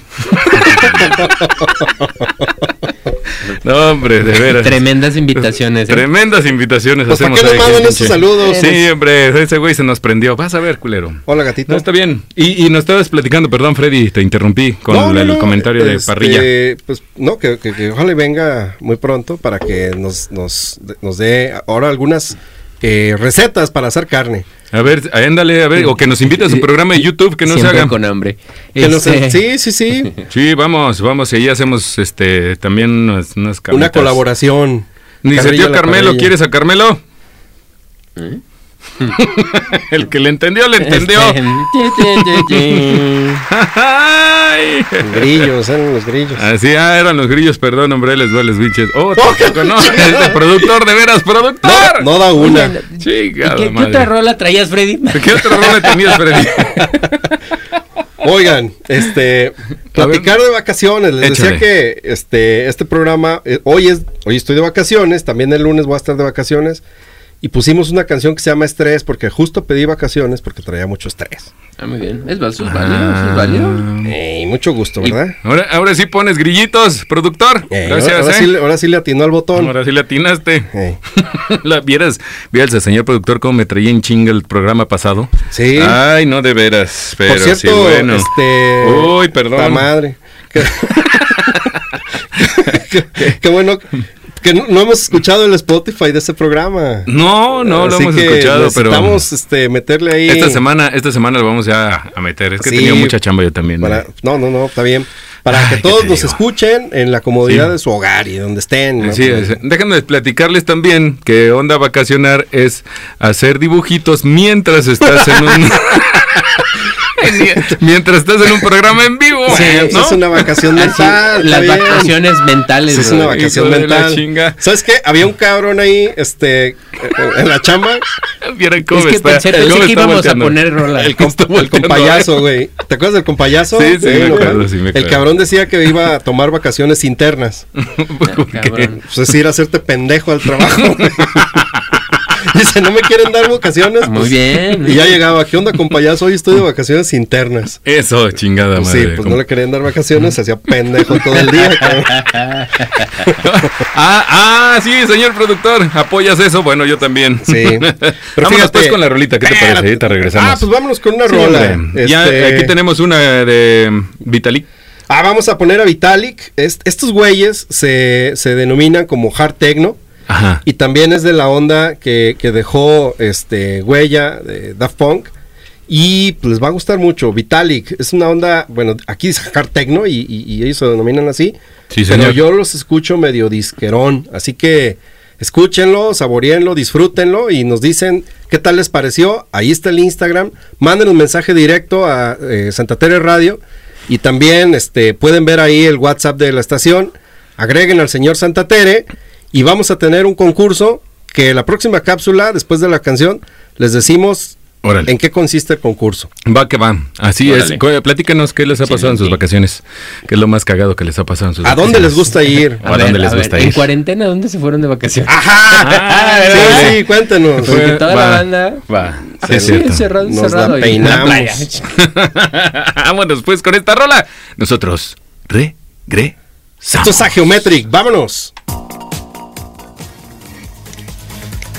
S1: no, hombre, de veras.
S3: Tremendas invitaciones. ¿eh?
S1: Tremendas invitaciones
S2: Pues ¿para
S1: hacemos
S2: qué nos
S1: ahí,
S2: mandan
S1: pinche.
S2: esos saludos?
S1: Sí, hombre, ese güey se nos prendió. Vas a ver, culero.
S2: Hola, gatito.
S1: No, está bien. Y, y nos estabas platicando, perdón, Freddy, te interrumpí con
S2: No,
S1: el,
S2: no,
S1: el
S2: no,
S1: comentario de
S2: este,
S1: Parrilla.
S2: Pues no, que, que- que ojalá venga muy pronto para que nos, nos, nos dé ahora algunas eh, recetas para hacer carne.
S1: A ver, ándale, a ver, o que nos invite a su programa de YouTube, que no se
S3: Siempre
S1: haga.
S3: con hambre.
S2: Que nos-
S3: Este,
S2: sí, sí, sí.
S1: Sí, vamos, vamos, y ahí hacemos este también unas, unas
S2: Una
S1: carnitas.
S2: colaboración.
S1: Dice,
S2: Carrilla
S1: tío
S2: la
S1: Carmelo,
S2: parrilla".
S1: ¿quieres a Carmelo?
S2: ¿Eh?
S1: el que le entendió, le entendió.
S3: ¿eh? Este,
S1: Ay.
S2: Grillos, eran los grillos.
S1: Así, ah, eran los grillos, perdón, hombre, les duele, biches. Oh, tampoco, no, este productor, de veras, productor.
S2: No da una.
S1: Chica,
S3: ¿Y qué, qué
S1: madre.
S3: otra rola traías, Freddy?
S1: ¿Qué otra rola tenías, Freddy?
S2: Oigan, este, platicar de vacaciones. Les
S1: Échale.
S2: decía que este, este programa, eh, hoy es, hoy estoy de vacaciones, también el lunes voy a estar de vacaciones. Y pusimos una canción que se llama Estrés, porque justo pedí vacaciones porque traía mucho estrés.
S3: Ah, muy bien. Es válido, es
S1: Ah.
S3: válido, es válido.
S1: Mm.
S2: Eh, y mucho gusto, ¿verdad?
S1: Ahora, ahora sí pones grillitos, productor.
S2: Eh,
S1: Gracias,
S2: ahora, ahora
S1: ¿eh?
S2: sí, le- ahora sí le atinó al botón.
S1: Ahora sí le atinaste.
S2: Eh,
S1: La, vieras, vieras al señor productor cómo me traía en chinga el programa pasado.
S2: Sí.
S1: Ay, no de veras. Ah, Pero
S2: Por cierto,
S1: sí, bueno.
S2: este.
S1: Uy, perdón.
S2: La madre. Qué, qué- qué bueno que no, no hemos escuchado el Spotify de ese programa.
S1: No, no lo
S2: Así
S1: hemos
S2: que
S1: escuchado, pero.
S2: necesitamos, este, meterle ahí.
S1: Esta semana, esta semana lo vamos ya a meter. Es que
S2: Sí.
S1: tenía mucha chamba yo también. eh.
S2: para-
S1: ¿no?
S2: no, no, no, está bien. Para
S1: Ay,
S2: que
S1: ¿qué
S2: todos
S1: te
S2: nos
S1: digo?
S2: escuchen en la comodidad
S1: Sí.
S2: de su hogar y donde estén. ¿no?
S1: Así es. eh. Déjenme platicarles también que onda vacacionar es hacer dibujitos mientras estás en un mientras estás en un programa en vivo.
S2: Sí, pues
S1: ¿no?
S2: es una vacación
S3: Así,
S2: mental. está
S3: las
S2: bien.
S3: vacaciones mentales.
S2: Sí, es una
S3: bro.
S1: vac-
S2: vacación
S1: Hijo de la
S2: mental.
S1: chinga.
S2: ¿Sabes qué? Había un cabrón ahí, este, en la chamba,
S1: Vieran cómo
S3: Es que
S1: está-
S3: pensé,
S1: cómo
S3: pensé que
S1: está
S3: íbamos
S1: volteando.
S3: a poner rola.
S1: El
S2: compa-
S1: compa-
S2: el compayazo, güey. ¿Te acuerdas del compayazo?
S1: Sí, sí, me
S2: ¿no?
S1: acuerdo, sí, me acuerdo.
S2: El cabrón decía que iba a tomar vacaciones internas.
S1: ¿Por qué?
S3: Ah, Cabrón.
S2: Pues es ir a hacerte pendejo al trabajo. güey. Dice, no me quieren dar vacaciones.
S3: Muy
S2: pues,
S3: bien.
S2: Y ya llegaba, ¿qué onda, compayazo? Hoy estoy de vacaciones internas.
S1: Eso, chingada
S2: Pues sí,
S1: madre.
S2: pues
S1: como-
S2: no le querían dar vacaciones, se hacía pendejo todo el día. cabrón.
S1: ah, ah, sí, señor productor, apoyas eso. Bueno, yo también.
S2: Sí. Pero
S1: vámonos
S2: fíjate-
S1: pues con la rolita, ¿qué te parece? Ahorita regresamos.
S2: Ah, pues vámonos con una
S1: Sí,
S2: rola.
S1: hombre. Ya
S2: Este-
S1: aquí tenemos una de Vitalik.
S2: Ah, vamos a poner a Vitalik. Est- estos güeyes se, se denominan como hard techno.
S1: Ajá.
S2: Y también es de la onda que, que dejó este huella de Daft Punk. Y pues, les va a gustar mucho. Vitalik es una onda, bueno, aquí es hard techno y, y- y ellos se denominan así.
S1: Sí,
S2: Pero
S1: señor.
S2: yo los escucho medio disquerón. Así que escúchenlo, saboréenlo, disfrútenlo y nos dicen qué tal les pareció. Ahí está el Instagram. Manden un mensaje directo a eh, Santa Tere Radio. Y también este, pueden ver ahí el WhatsApp de la estación. Agreguen al señor Santa Tere y vamos a tener un concurso que la próxima cápsula, después de la canción, les decimos
S1: Órale.
S2: ¿En qué consiste el concurso?
S1: Va que va. Así
S3: Órale.
S1: es. Co- Platícanos qué les ha
S3: Sí,
S1: pasado en sus
S3: sí. vacaciones.
S1: vacaciones. ¿Qué es lo más cagado que les ha pasado en sus
S2: ¿A dónde les
S1: vacaciones?
S2: gusta ir?
S1: ¿O a dónde les gusta
S3: ¿En
S1: ir?
S3: cuarentena dónde se fueron de vacaciones?
S2: ¡Ajá!
S1: Ah, ¿verdad?
S2: sí, sí, cuéntanos.
S1: Fue-
S3: Porque toda la
S1: va.
S3: banda.
S1: Va. Sí,
S3: Sí,
S1: es cierto.
S3: encerrado,
S2: Nos
S3: encerrado.
S2: la
S3: y en
S2: peinamos.
S3: playa.
S1: Vámonos pues con esta rola. Nosotros regresamos.
S2: Esto es Geometric, vámonos.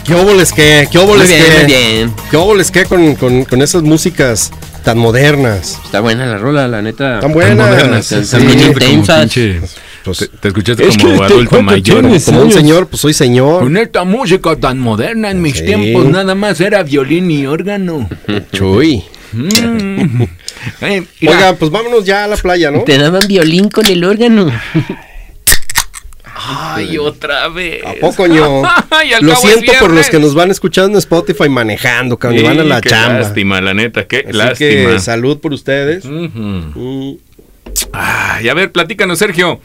S2: ¿Qué óboles que? ¿Qué
S3: Muy
S2: óboles
S3: bien, muy
S2: que?
S3: bien.
S2: ¿Qué óboles que con, con- con esas músicas tan modernas?
S3: Está buena la rola, la neta.
S2: Tan buenas.
S1: modernas.
S2: Sí.
S1: Te
S3: Están bien
S1: escuchaste como
S3: intensas.
S1: pinche-
S2: Pues,
S1: te- te escuchaste
S3: Es que
S1: como
S3: te-
S1: adulto
S3: ¿cuánto
S1: mayor.
S3: tienes?
S2: como un
S3: años.
S2: señor, pues soy señor.
S5: Con esta música tan moderna en mis
S2: Sí.
S5: tiempos nada más era violín y órgano.
S2: Chuy.
S5: Eh, mira,
S2: Oigan, pues vámonos ya a la playa, ¿no?
S3: Te daban violín con el órgano.
S5: ay, otra vez.
S2: ¿A poco, ño?
S5: Ay, al
S2: Lo
S5: cabo es
S2: siento por los
S5: viernes.
S2: que nos van escuchando en Spotify manejando, cabrón. y van a la
S1: Sí, qué
S2: chamba.
S1: Lástima, la neta, qué
S2: Así
S1: lástima.
S2: que salud por ustedes.
S1: Ujú.
S2: Mm.
S1: Ay, a ver, platícanos, Sergio.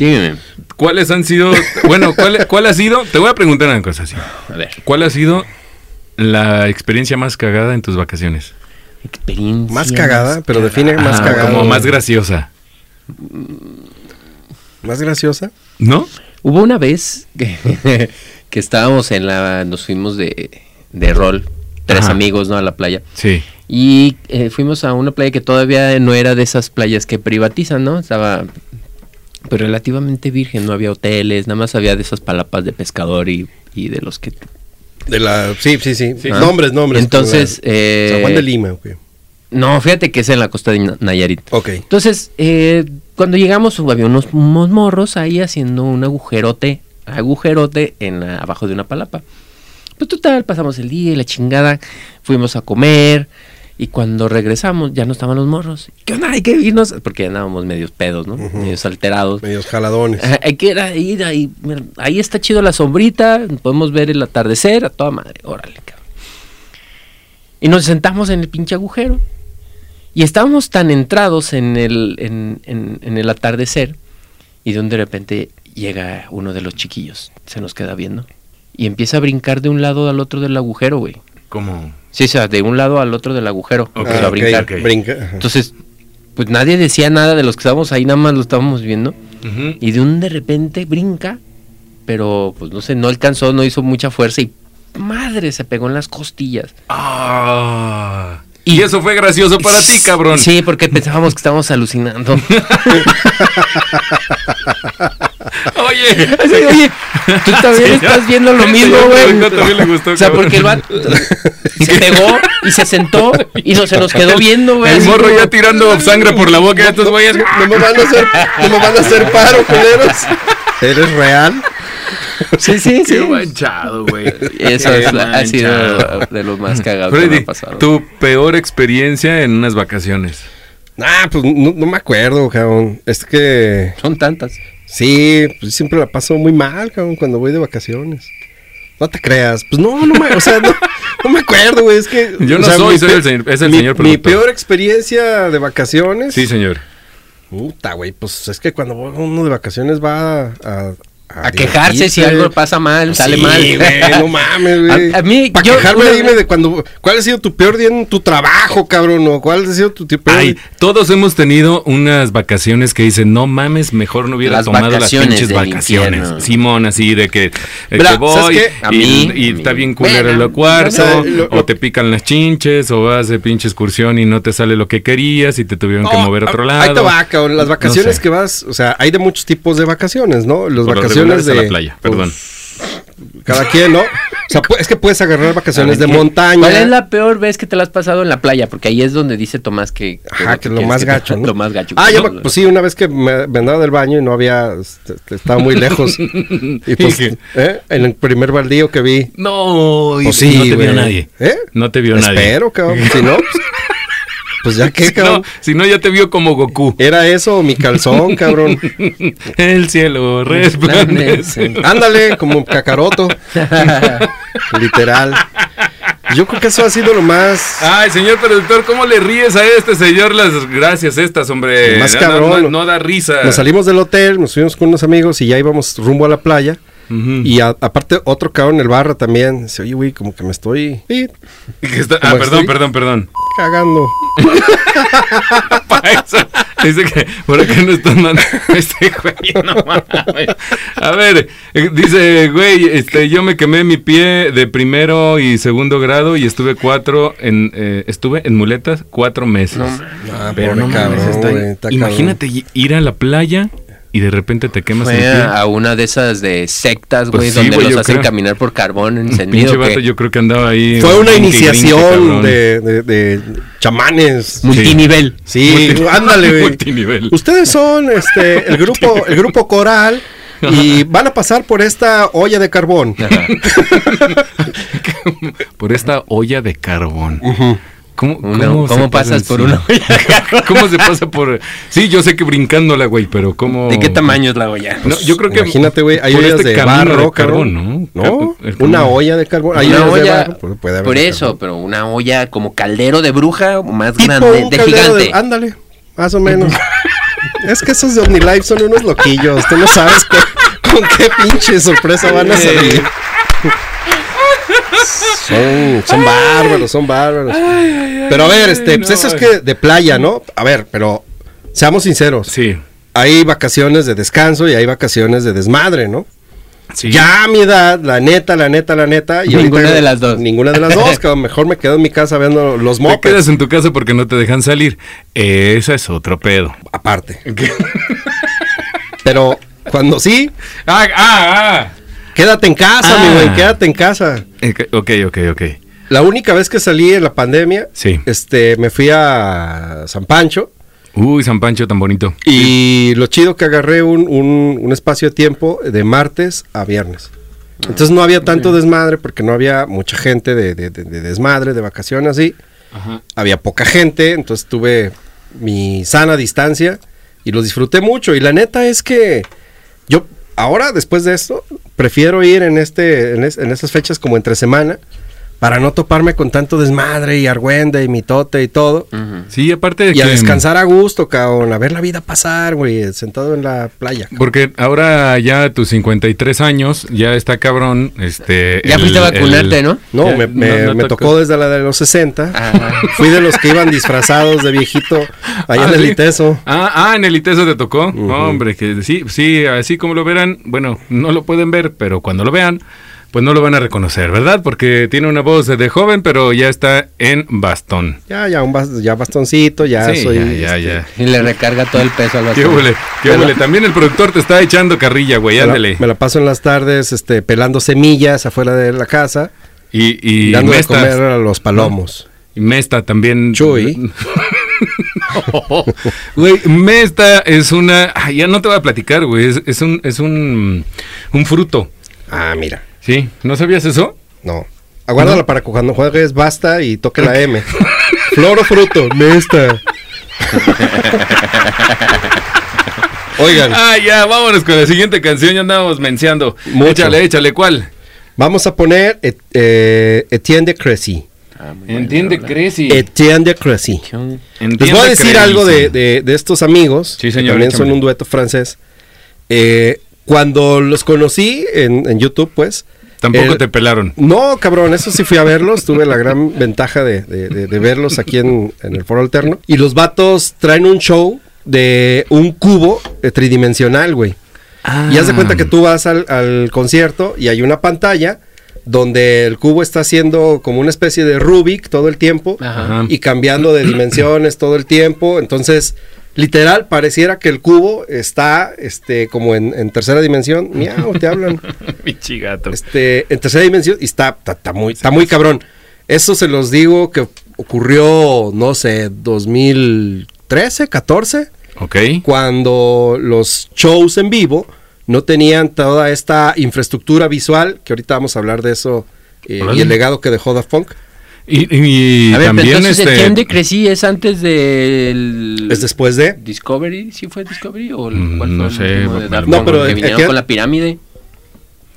S3: Dígame.
S1: ¿Cuáles han sido? Bueno, ¿cuál, cuál ha sido? Te voy a preguntar una cosa así.
S3: A ver.
S1: ¿Cuál ha sido la experiencia más cagada en tus vacaciones?
S3: Experiencia.
S2: Mm, Más cagada, pero define más
S1: Ah,
S2: cagada.
S1: Como más graciosa.
S2: Más graciosa.
S1: ¿No?
S3: Hubo una vez que, que estábamos en la. Nos fuimos de, de rol. Tres
S1: Ajá.
S3: amigos, ¿no? A la playa.
S1: Sí.
S3: Y eh, fuimos a una playa que todavía no era de esas playas que privatizan, ¿no? Estaba pues, relativamente virgen, no había hoteles, nada más había de esas palapas de pescador y, y de los que...
S2: De la, sí, sí, sí.
S1: Sí.
S2: Nombres, nombres.
S3: Entonces,
S2: como la- San Juan
S3: eh,
S2: de Lima, ok.
S3: No, fíjate que es en la costa de Na- Nayarit.
S2: Ok.
S3: Entonces, eh, cuando llegamos había unos, unos morros ahí haciendo un agujerote, agujerote en la- abajo de una palapa. Pues total, pasamos el día y la chingada, fuimos a comer y cuando regresamos ya no estaban los morros. ¿Qué onda? Hay que irnos, porque andábamos medios pedos, ¿no?
S2: Ujú.
S3: Medios alterados.
S2: Medios jaladones.
S3: Ajá, Hay que ir ahí, ir ahí, mira, ahí está chido la sombrita, podemos ver el atardecer, a toda madre, órale, cabrón. Y nos sentamos en el pinche agujero. Y estábamos tan entrados en el, en, en- en el atardecer, y de un de repente llega uno de los chiquillos, se nos queda viendo, y empieza a brincar de un lado al otro del agujero, güey.
S1: Como.
S3: Sí, o sea, de un lado al otro del agujero,
S1: Ok,
S3: empezó a
S2: ok,
S3: brincar.
S1: ok.
S2: Brinca. ajá.
S3: Entonces, pues nadie decía nada de los que estábamos ahí, nada más lo estábamos viendo. Y de un de repente brinca, pero pues no sé, no alcanzó, no hizo mucha fuerza y madre, se pegó en las costillas.
S1: Ah. Y eso fue gracioso para ti, cabrón.
S3: Sí, porque pensábamos que estábamos alucinando.
S1: Oye.
S3: Así, Oye, tú también
S1: Sí,
S3: estás
S1: ¿no?
S3: viendo lo
S1: Ese
S3: mismo,
S1: yo
S3: güey.
S1: también- yo también le gustó,
S3: o sea,
S1: cabrón.
S3: porque el vato se pegó y se sentó y no, se nos quedó viendo, güey.
S1: El
S3: así
S1: morro
S3: como-
S1: ya tirando sangre por la boca. estos güeyes.
S2: No me van a hacer, no me van a hacer paro, culeros. ¿Eres real?
S3: Sí, sí, sí.
S5: Qué manchado, güey.
S3: Eso
S5: Qué
S3: es la- ha sido
S5: manchado.
S3: de lo más cagado que me
S1: Freddy,
S3: ha pasado.
S1: tu peor experiencia en unas vacaciones.
S2: Ah, pues no, no me acuerdo, cabrón. Es que
S3: Son tantas.
S2: sí, pues siempre la paso muy mal, cabrón, cuando voy de vacaciones. No te creas. Pues no, no me, o sea, no, no me acuerdo, güey. Es que.
S1: Yo
S2: o
S1: no
S2: sea,
S1: soy,
S2: mi
S1: soy
S2: pe-
S1: el señor- es el
S2: mi,
S1: señor
S2: Mi
S1: productor.
S2: peor experiencia de vacaciones.
S1: Sí, señor.
S2: Puta, güey, pues es que cuando uno de vacaciones va a... A, a
S3: A quejarse si
S2: divertirse.
S3: algo pasa mal, sale mal.
S2: Sí, güey, no mames, güey.
S3: A- a mí,
S2: Para
S3: yo-
S2: quejarme,
S3: una-
S2: dime de cuando... ¿Cuál ha sido tu peor día en tu trabajo, cabrón? ¿O cuál ha sido tu, tu peor...
S1: Ay, todos hemos tenido unas vacaciones que dicen, no mames, mejor no hubiera
S3: Las
S1: tomado las
S3: vacaciones
S1: pinches
S3: del
S1: vacaciones.
S3: infierno.
S1: Simón, así de que, de
S2: Mira,
S1: que voy
S2: ¿sabes
S3: qué? A
S1: y,
S3: mí,
S1: y
S3: a mí.
S1: está bien culero
S3: Bueno,
S1: el cuarzo,
S2: bueno. O sea, lo-
S1: o te pican las chinches, o vas de pinche excursión y no te sale lo que querías y te tuvieron que
S2: No,
S1: mover a otro
S2: ahí
S1: lado.
S2: te va, cabrón. Las vacaciones
S1: sé.
S2: que vas... O sea, hay de muchos tipos de vacaciones, ¿no? Las
S1: Por lo
S2: vacaciones
S1: regular
S2: de...
S1: es a la playa, perdón.
S2: pues, cada quien, ¿no? O sea, pu- es que puedes agarrar vacaciones de montaña.
S3: ¿Cuál es la peor vez que te la has pasado en la playa? Porque ahí es donde dice Tomás que...
S2: Ajá, que
S3: tú
S2: lo
S3: quieres
S2: más
S3: que-
S2: gacho, ¿no?
S3: Lo más gacho.
S2: Ah,
S3: que
S2: yo,
S3: no-
S2: me- pues sí, una vez que me, me andaba del baño y no había, este, este, estaba muy lejos. y pues,
S1: Dije.
S2: ¿eh? en el primer baldío que vi.
S1: No, y
S2: Pues sí,
S1: no te vio
S2: güey.
S1: nadie.
S2: ¿Eh?
S1: No te vio nadie.
S2: Espero, cabrón. Si no, pues, pues ya qué,
S1: No,
S2: cabrón.
S1: si no, ya te vio como Goku.
S2: Era eso, o mi calzón, cabrón.
S1: El cielo
S2: eh.
S1: resplandece.
S2: Ándale, como cacaroto. Literal. Yo creo que eso ha sido lo más.
S1: Ay, señor productor, ¿cómo le ríes a este señor las gracias estas, hombre?
S2: Más
S1: No,
S2: cabrón.
S1: No, no da risa.
S2: Nos salimos del hotel, nos fuimos con unos amigos y ya íbamos rumbo a la playa.
S1: Ujú.
S2: Y a- aparte, otro cabrón en el barra también. Dice, oye, güey, como que me estoy sí,
S1: Que está- ah,
S2: ¿Cómo
S1: perdón,
S2: estoy?
S1: perdón, perdón,
S2: cagando.
S1: Para eso, Dice que por acá no están mandando este güey, no mames. A ver, eh, dice, güey, este, yo me quemé mi pie de primero y segundo grado y estuve cuatro en, eh, estuve en muletas cuatro meses.
S2: Ah,
S1: Pero no mames, está- imagínate y- ir a la playa y de repente te quemas el
S3: Fue
S1: pie.
S3: a una de esas de sectas, güey,
S1: Pues sí,
S3: donde
S1: güey,
S3: los
S1: yo
S3: hacen
S1: creo.
S3: caminar por carbón
S1: Pinche
S3: encendido. que-
S1: vato, yo creo que andaba ahí.
S2: Fue una
S1: un
S2: iniciación
S1: cabrón.
S2: de, de- de chamanes.
S3: Multinivel.
S2: Sí,
S1: Multi-
S2: ándale, güey.
S1: Multinivel.
S2: Ustedes son este el grupo el grupo coral y van a pasar por esta olla de carbón.
S1: Por esta olla de carbón. ¿Cómo,
S3: Una-
S1: cómo
S3: ¿Cómo,
S1: se
S3: pasas
S1: pasan
S3: por
S1: sí?
S3: una olla?
S1: ¿Cómo se pasa por.? Sí, yo sé que brincándola, güey, pero ¿cómo.?
S3: ¿De qué
S2: Oh.
S3: tamaño es la olla?
S1: No, yo creo que.
S2: Pues, Imagínate, güey, hay
S1: por este
S2: ollas de
S1: camino
S2: barro,
S1: de carbón,
S2: cabrón.
S1: ¿no?
S2: No,
S1: El camino.
S2: una olla de carbón. Hay
S3: una
S2: ollas de
S3: olla,
S2: barro, pues, puede haber
S3: por
S2: de
S3: eso,
S2: carbón.
S3: pero una olla como caldero de bruja más
S2: Tipo
S3: grande,
S2: un
S3: de
S2: caldero Ah,
S3: gigante.
S2: ándale, más o menos. es que esos de OmniLife son unos loquillos. Tú no sabes qué- con qué pinche sorpresa van a salir. Son, son bárbaros, son bárbaros. Pero a ver, este, pues
S1: no.
S2: eso es que de playa, ¿no? A ver, pero seamos sinceros.
S1: Sí.
S2: Hay vacaciones de descanso y hay vacaciones de desmadre, ¿no?
S1: sí.
S2: Ya a mi edad, la neta, la neta, la neta. y
S3: Ninguna de las dos.
S2: Ninguna de las dos, cabrón. Mejor me quedo en mi casa viendo los
S1: Te
S2: mopeds.
S1: quedas en tu casa porque no te dejan salir. Ese es otro pedo.
S2: Aparte. Pero cuando sí,
S1: ¡Ah! ¡Ah! ah.
S2: quédate en casa,
S1: Ah.
S2: mi güey, quédate en casa.
S1: Eh, que- Ok, ok, ok.
S2: La única vez que salí en la pandemia,
S1: Sí.
S2: este, me fui a San Pancho
S1: Uy, San Pancho tan bonito.
S2: y lo chido que agarré un, un- un espacio de tiempo de martes a viernes. Entonces no había tanto desmadre porque no había mucha gente de, de- de- de desmadre, de vacaciones así. Había poca gente, entonces tuve mi sana distancia y los disfruté mucho. Y la neta es que yo ahora, después de esto, prefiero ir en, este, en, es- en esas fechas como entre semana para no toparme con tanto desmadre y argüende y mitote y todo.
S1: Sí, aparte de
S2: Y a
S1: que-
S2: descansar a gusto, cabrón, a ver la vida pasar, güey, sentado en la playa.
S1: Porque ahora ya a tus 53 años, ya está cabrón. Este,
S3: Ya
S1: el-
S3: fuiste a
S1: el-
S3: vacunarte, ¿no?
S2: No,
S1: Ya,
S2: me,
S1: no,
S2: me-
S1: no
S2: me
S1: tocó.
S2: tocó desde la de los 60.
S3: Ah.
S2: Fui de los que iban disfrazados de viejito allá en
S1: Ah,
S2: el
S1: ¿sí?
S2: Iteso.
S1: Ah, ah, en el ITESO te tocó. Hombre, que sí, sí, así como lo verán, bueno, no lo pueden ver, pero cuando lo vean, pues no lo van a reconocer, ¿verdad? Porque tiene una voz de joven, pero ya está en bastón.
S2: Ya, ya, un bas- ya bastoncito, ya
S1: sí,
S2: soy.
S1: ya, ya,
S2: este,
S1: ya.
S3: Y le recarga todo el peso al
S1: Qué
S3: bastón.
S1: huele, qué huele. También el productor te está echando carrilla, güey,
S2: Me la,
S1: ándale.
S2: me la paso en las tardes este, pelando semillas afuera de la casa
S1: Y, y,
S2: y dando de
S1: Mesta,
S2: comer a los palomos.
S1: y Mesta también.
S2: Chuy.
S1: No. Güey, Mesta es una. ay, ya no te voy a platicar, güey. Es, es un, es un, un fruto.
S2: Ah, mira,
S1: ¿Sí? ¿No sabías eso?
S2: no. Aguárdala para cu- cuando juegues basta y toque la M. Floro fruto, mesta. Oigan,
S1: Ah, ya, vámonos con la siguiente canción, ya andábamos mencionando.
S2: Mucho.
S1: Échale, échale, ¿cuál?
S2: vamos a poner et- eh, Etienne de Crecy.
S3: Ah,
S1: Entiende, Cresci.
S2: Etienne de Crecy. Les voy a decir algo de, de- de estos amigos,
S1: Sí, señor,
S2: que también son
S1: échamelo.
S2: un dueto francés. Eh, cuando los conocí en, en YouTube, pues...
S1: Tampoco
S2: eh,
S1: te pelaron.
S2: No, cabrón, eso sí fui a verlos. Tuve la gran ventaja de, de- de- de verlos aquí en, en el foro alterno. Y los vatos traen un show de un cubo eh, tridimensional, güey. Ah. Y haz de cuenta que tú vas al, al concierto y hay una pantalla donde el cubo está haciendo como una especie de Rubik todo el tiempo
S1: Ajá.
S2: y cambiando de dimensiones todo el tiempo. Entonces, literal, pareciera que el cubo está este, como en, en tercera dimensión. Miau, te hablan.
S1: Pichi gato.
S2: Este, en tercera dimensión y está, está, está muy, está muy cabrón. Eso se los digo que ocurrió, no sé, 2013, 14
S1: Ok.
S2: cuando los shows en vivo no tenían toda esta infraestructura visual, que ahorita vamos a hablar de eso eh,
S1: Órale.
S2: y el legado que dejó Daft Punk,
S1: Y, y
S3: A ver, pero
S1: también
S3: entonces
S1: este.
S3: el Tian de Crecy es antes del
S2: es después de...
S3: Discovery, ¿sí fue Discovery o
S1: Mm,
S3: el, cuál
S1: no
S3: fue
S1: sé,
S3: el último
S1: bueno,
S3: de Daft
S2: no,
S3: Punk?
S2: pero
S3: que
S2: el-
S3: vinieron
S2: aquel-
S3: con la pirámide.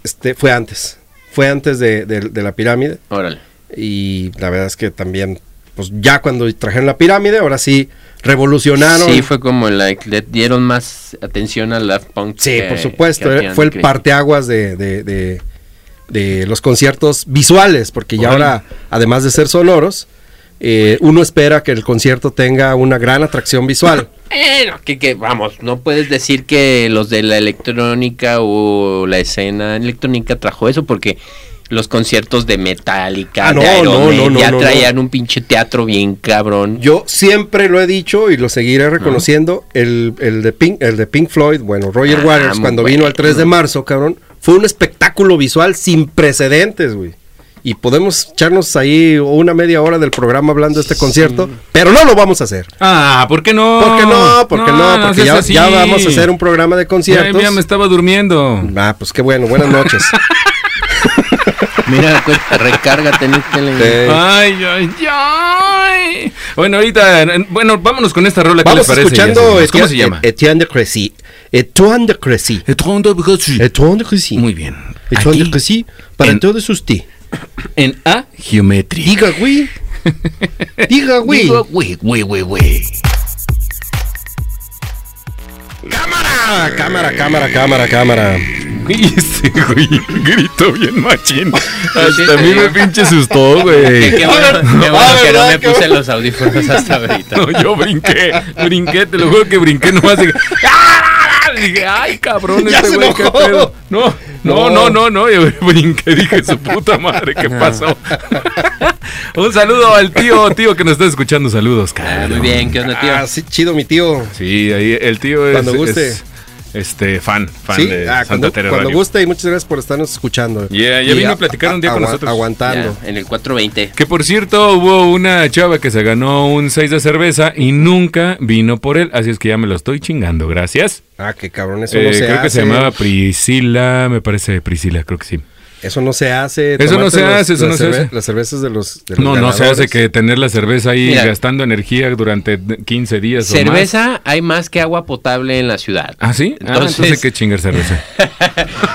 S2: Este, fue antes, fue antes de, de- de la pirámide
S3: Órale.
S2: y la verdad es que también, pues ya cuando trajeron la pirámide, ahora sí revolucionaron.
S3: Sí, fue como la que le dieron más atención al Daft Punk.
S2: Sí,
S3: que-
S2: por supuesto.
S3: que
S2: eh,
S3: hacían
S2: fue el
S3: Creep.
S2: parteaguas de, de- de- de los conciertos visuales, porque ya
S1: Órale.
S2: ahora, además de ser sonoros, eh, uno espera que el concierto tenga una gran atracción visual.
S3: Bueno, que, que, vamos, no puedes decir que los de la electrónica o la escena electrónica trajo eso porque los conciertos de Metallica,
S2: Ah,
S3: de
S2: no,
S3: Iron
S2: no,
S3: Maiden,
S2: no, no,
S3: ya
S2: no, no.
S3: traían un pinche teatro bien cabrón.
S2: Yo siempre lo he dicho y lo seguiré reconociendo. El, el de Pink, el de Pink Floyd, bueno, Roger
S3: Ah,
S2: Waters,
S3: muy
S2: cuando vino el 3 de
S3: bueno.
S2: marzo, cabrón, fue un espectáculo visual sin precedentes, güey. Y podemos echarnos ahí una media hora del programa hablando de este concierto, pero no lo vamos a hacer.
S1: Ah, ¿por qué no?
S2: ¿Por qué no? ¿Por qué no? Porque
S1: seas
S2: ya,
S1: así.
S2: ya vamos a hacer un programa de
S1: Ay,
S2: conciertos.
S1: mira, me estaba durmiendo.
S2: Ah, pues qué bueno, buenas noches.
S3: Mira, pues, recárgate en el tele.
S2: Eh,
S1: Ay, ay, ay. Bueno, ahorita, eh, bueno, vámonos con esta rola. ¿Qué les
S2: Vamos
S1: parece?
S2: escuchando
S1: Yes? ¿Cómo
S2: Etienne- E-
S1: se llama?
S2: Etienne de Crecy. Etienne de Crecy. Etienne de Crecy.
S1: Muy bien.
S2: Etienne de
S1: Aquí,
S2: Crecy para
S1: en-
S2: todos ustedes.
S1: en A Geometry.
S2: Diga, güey. Diga, güey.
S5: güey, güey, güey, güey.
S2: Cámara, Ah, cámara, cámara, cámara, cámara.
S1: Y ese güey gritó bien machín.
S3: sí
S1: Hasta
S3: te
S1: a mí me
S3: digo.
S1: pinche asustó,
S3: Qué,
S1: güey.
S3: qué bueno, qué bueno
S2: Ah,
S3: que no
S2: ¿verdad?
S3: me
S2: Qué
S3: puse
S2: bueno.
S3: los audífonos hasta ahorita.
S1: No, yo brinqué, brinqué, te lo juro que brinqué nomás. de- ¡Ah! Dije, ay, cabrón,
S2: Ya
S1: este
S2: se
S1: güey, qué
S2: enojó.
S1: pedo. No, no,
S2: No.
S1: no, no, no, yo brinqué, dije, su puta madre, ¿qué pasó? Un saludo al tío, tío que nos está escuchando, saludos,
S3: Ah,
S1: cabrón.
S3: Muy bien, ¿qué onda, tío?
S2: Ah, sí, chido, mi tío.
S1: Sí, ahí el tío es.
S2: Cuando guste.
S1: es, este, fan, fan
S2: Sí,
S1: de
S2: ah,
S1: Santa
S2: cuando,
S1: Teresa.
S2: cuando
S1: Radio.
S2: guste y muchas gracias por estarnos escuchando.
S1: Yeah, ya
S2: Y
S1: vino a platicar un día con nosotros.
S2: Aguantando.
S3: Ya, en el 420.
S1: Que por cierto, hubo una chava que se ganó un 6 de cerveza y nunca vino por él, así es que ya me lo estoy chingando, gracias.
S2: Ah, qué cabrón, eso
S1: Eh,
S2: no se
S1: creo
S2: hace.
S1: que se llamaba Priscila, me parece Priscila, creo que sí.
S2: Eso no se hace.
S1: Eso no
S2: tomarte
S1: se
S2: los-
S1: hace, eso
S2: las
S1: no se
S2: cerve-
S1: hace.
S2: Las cervezas de los. de los
S1: No, no se
S2: ganadores.
S1: hace que tener la cerveza ahí
S3: Mira.
S1: gastando energía durante 15 días o más.
S3: Cerveza hay más que agua potable en la ciudad.
S1: ¿Ah, sí? Entonces, ah, entonces hay que chingar cerveza.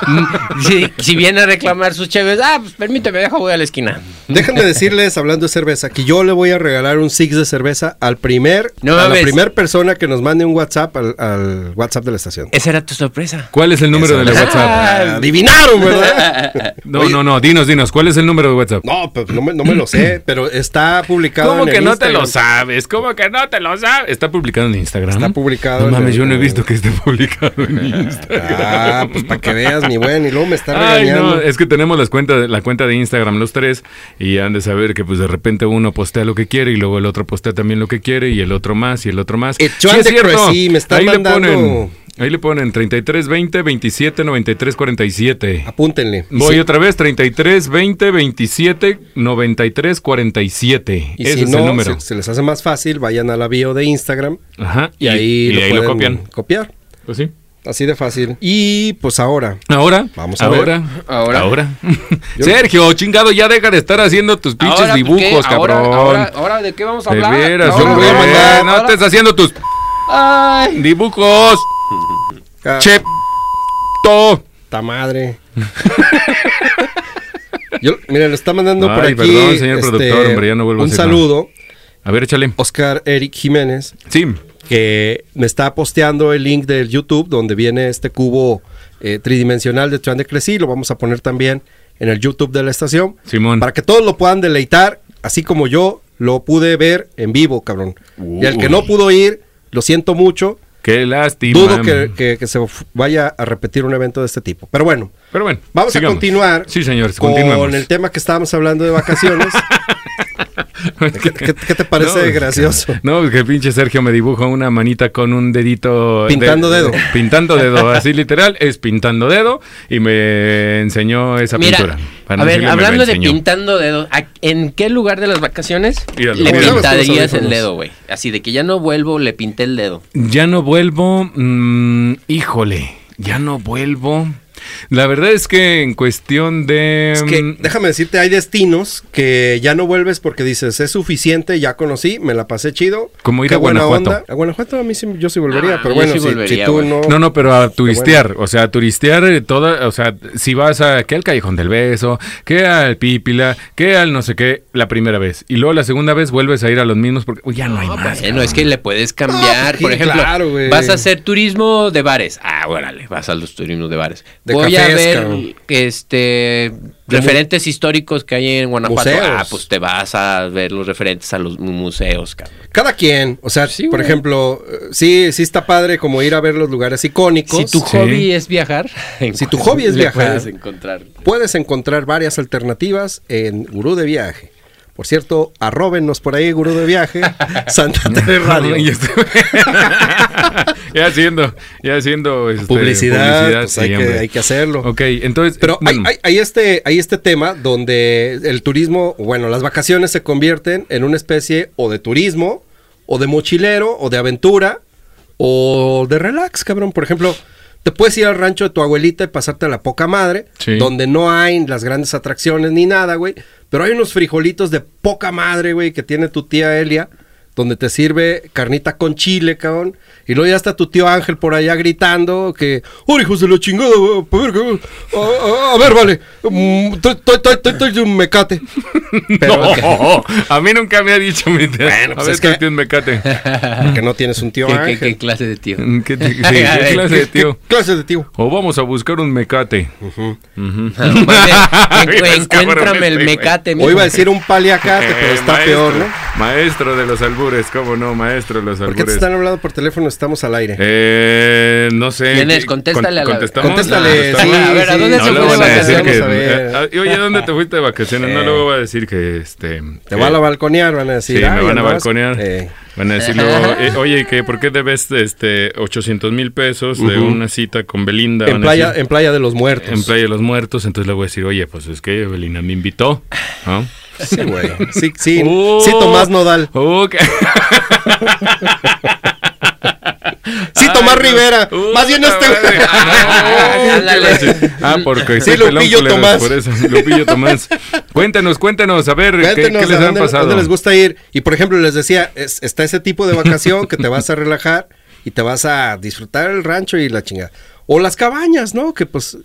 S3: Mm, si, si viene a reclamar sus cheves, ah, pues permíteme, dejo, voy a la esquina.
S2: Déjenme decirles, hablando de cerveza, que yo le voy a regalar un six de cerveza al primer,
S3: No
S2: a la
S3: mames.
S2: primer persona que nos mande un WhatsApp al, al WhatsApp de la estación.
S3: Esa era tu sorpresa.
S1: ¿Cuál es el número de la WhatsApp?
S2: Ah, Adivinaron, ¿verdad?
S1: No, no, no, dinos, dinos, ¿cuál es el número de WhatsApp?
S2: No, pues no me, no me lo sé, pero está publicado.
S1: ¿Cómo
S2: en
S1: que
S2: el
S1: no te lo
S2: Instagram.
S1: sabes? ¿Cómo que no te lo sabes? Está publicado en Instagram.
S2: Está publicado
S1: No
S2: en
S1: mames,
S2: el-
S1: yo no he visto que esté publicado en Instagram.
S2: Ah, pues para que veas, mi buen, y luego me está
S1: Ay,
S2: regañando.
S1: no, eh, es que tenemos las cuentas, la cuenta de Instagram los tres y han de saber que pues de repente uno postea lo que quiere y luego el otro postea también lo que quiere y el otro más y el otro más.
S2: Eh, Chuan
S1: es
S2: de
S1: cierto.
S2: Cruesí, me está
S1: ahí
S2: mandando-
S1: le ponen, ahí le ponen 33 20 27 93 47.
S2: Apúntenle.
S1: Voy otra vez 33 20 27 93 47.
S2: Y
S1: Ese
S2: si
S1: es
S2: no,
S1: el número.
S2: Se, se les hace más fácil, vayan a la bio de Instagram
S1: Ajá.
S2: y, ahí,
S1: y
S2: lo,
S1: ahí lo
S2: pueden
S1: copian.
S2: copiar.
S1: Pues sí.
S2: Así de fácil. Y pues ahora,
S1: Ahora,
S2: Vamos
S1: vamos
S2: a
S1: ahora,
S3: Ahora.
S1: ahora, Sergio, chingado, ya deja de estar haciendo tus pinches
S3: Ahora, ¿qué?
S1: dibujos,
S3: Ahora,
S1: cabrón.
S3: Ahora, ahora, ¿de qué vamos a
S1: de
S3: hablar?
S1: veras,
S3: Ahora,
S1: hombre,
S2: voy a
S3: ahora,
S1: no
S3: ahora.
S1: estés haciendo tus
S3: Ay.
S1: dibujos,
S2: ah,
S1: che. to.
S2: ta madre. Yo, mira, le está mandando por
S1: Ay,
S2: aquí este,
S1: perdón, señor productor, hombre, ya no vuelvo a
S2: un
S1: hacer
S2: saludo,
S1: A ver, échale.
S2: Oscar Eric Jiménez,
S1: Sí.
S2: que me está posteando el link del YouTube donde viene este cubo eh, tridimensional de Tran de Crecy. Lo vamos a poner también en el YouTube de la estación.
S1: Simón.
S2: Para que todos lo puedan deleitar, así como yo lo pude ver en vivo, cabrón. Y el que no pudo ir, lo siento mucho.
S1: Qué lástima.
S2: Dudo que, que- que se f- vaya a repetir un evento de este tipo. Pero bueno,
S1: Pero bueno,
S2: vamos
S1: sigamos.
S2: a continuar
S1: Sí, señor, continuemos.
S2: con el tema que estábamos hablando de vacaciones. ¿Qué- qué- qué te parece gracioso?
S1: que- No, que pinche Sergio me dibuja una manita con un dedito. eh,
S2: Pintando dedo.
S1: Pintando dedo, así literal, es pintando dedo y me enseñó esa
S3: Mira,
S1: pintura. Para
S3: a ver,
S1: decirle, me la
S3: hablando de
S1: enseñó.
S3: pintando dedos, ¿a- ¿en qué lugar de las vacaciones
S1: Mira,
S3: le
S1: mira.
S2: Mira,
S3: pintarías
S2: mira.
S3: el dedo, güey? Así de que ya no vuelvo, le pinté el dedo.
S1: Ya no vuelvo. mm, híjole, ya no vuelvo. La verdad es que en cuestión de... mm,
S2: Es que, déjame decirte, hay destinos que ya no vuelves porque dices, es suficiente, ya conocí, me la pasé chido.
S1: Como ir
S2: qué
S1: a
S2: buena
S1: Guanajuato.
S2: onda. A Guanajuato a mí sí, yo sí volvería,
S3: Ah,
S2: pero
S3: yo
S2: bueno,
S3: sí
S2: si- si
S3: volvería,
S2: tú
S3: güey.
S2: no...
S1: No, no, pero a turistear, o sea, a turistear eh, toda, o sea, si vas a que al Callejón del Beso, que al Pípila, que al no sé qué, la primera vez. Y luego la segunda vez vuelves a ir a los mismos porque uy, ya no hay más.
S3: Bueno, es que le puedes cambiar.
S2: Ah,
S3: Por
S2: sí,
S3: ejemplo,
S2: claro, güey.
S3: vas a hacer turismo de bares. Ah, órale, vas a los turismos de bares.
S2: De
S3: Voy a
S2: cafés,
S3: ver
S2: cabrón.
S3: este referentes históricos que hay en Guanajuato.
S2: Museos.
S3: Ah, pues te vas a ver los referentes a los mu- museos, cabrón.
S2: Cada quien, o sea,
S3: Sí,
S2: por
S3: güey.
S2: ejemplo, eh, sí, sí está padre como ir a ver los lugares icónicos.
S3: Si tu
S1: Sí.
S3: hobby es viajar,
S2: Si tu hobby es
S3: le
S2: viajar.
S3: puedes encontrar.
S2: Puedes encontrar varias alternativas en Gurú de Viaje. Por cierto, arróbenos por ahí Gurú de Viaje, Santa Tere Radio.
S1: Y este- ya haciendo, ya haciendo este,
S2: publicidad, pues,
S1: sí,
S2: hay, que,
S1: hombre.
S2: hay que hacerlo.
S1: Ok, entonces. mm,
S2: Pero hay,
S1: bueno,
S2: hay- hay este, hay este tema donde el turismo, bueno, las vacaciones se convierten en una especie o de turismo, o de mochilero, o de aventura, o de relax, cabrón. Por ejemplo, te puedes ir al rancho de tu abuelita y pasarte a la poca madre,
S1: Sí.
S2: donde no hay las grandes atracciones ni nada, güey. Pero hay unos frijolitos de poca madre, güey, que tiene tu tía Elia. Donde te sirve carnita con chile, cabrón. Y luego ya está tu tío Ángel por allá gritando que... ¡Oh, hijos de la chingada! güey! A ver, güey. a, a- a ver, vale. Mm, estoy- estoy- estoy- estoy- estoy de un mecate. Pero
S1: no, a mí nunca me ha dicho mi tía.
S2: Bueno,
S1: a
S2: pues
S1: ver,
S2: es que-
S1: tú tienes mecate.
S2: que no tienes un tío
S3: Ah. ¿Qué-
S2: Ángel.
S3: ¿Qué, qué clase de tío?
S1: ¿Qué, ti- sí, qué
S3: A ver,
S1: clase de tío?
S2: Clase de tío.
S1: O vamos a buscar un mecate.
S3: No, más bien,
S1: Mira,
S3: encu-
S1: es cabrón
S3: encuéntrame el
S1: este, güey.
S3: mecate.
S2: O
S3: mijo.
S2: iba a decir un paliacate, pero
S1: Eh,
S2: está
S1: maestro,
S2: peor, ¿no?
S1: Maestro de los albures, cómo no, maestro de los
S2: ¿Por qué te
S1: albures.
S2: están hablando por teléfono? Estamos al aire.
S1: Eh, no sé.
S3: ¿Quién es?
S1: ¿Qué-
S3: Contéstale a la-
S1: ¿Contestamos?
S2: Contéstale,
S1: ¿Contestamos?
S2: sí,
S3: A ver, ¿a
S2: sí.
S3: dónde
S1: No
S3: se
S1: luego
S3: fue de
S1: van a decir
S3: vacaciones?
S1: que.
S2: Vamos a ver.
S1: eh, oye, ¿dónde te fuiste de vacaciones? No,
S2: Eh.
S1: luego va a decir que este.
S2: Te
S1: que-
S2: van a balconear, van a decir.
S1: Sí, me
S2: "Ay,
S1: van a
S2: andabas-".
S1: balconear.
S2: Eh,
S1: Van a decir luego, eh, oye, ¿qué, ¿por qué debes este, 800 mil pesos de
S2: Ujú.
S1: una cita con Belinda?
S2: en,
S1: Van a
S2: playa,
S1: decir,
S2: en Playa de los Muertos.
S1: en Playa de los Muertos. Entonces le voy a decir, oye, pues es que Belinda me invitó. ¿no?
S2: Sí, güey. Sí, sí.
S1: Oh.
S2: sí, Tomás Nodal.
S1: Ok.
S2: Sí,
S1: Ay,
S2: Tomás
S1: no.
S2: Rivera.
S1: Uh,
S2: Más bien este güey.
S1: madre. Ah,
S3: Ándale.
S1: Ah, porque
S2: Sí,
S1: soy pelón
S2: Lupillo
S1: culero,
S2: Tomás.
S1: Por eso, Lupillo Tomás. Cuéntanos, cuéntanos, a ver, ¿qué-
S2: Cuéntenos
S1: ¿qué,
S2: a
S1: les han
S2: dónde,
S1: pasado?
S2: dónde les gusta ir. Y por ejemplo, les decía, es- está ese tipo de vacación que te vas a relajar y te vas a disfrutar el rancho y la chingada. O las cabañas, ¿no? Que pues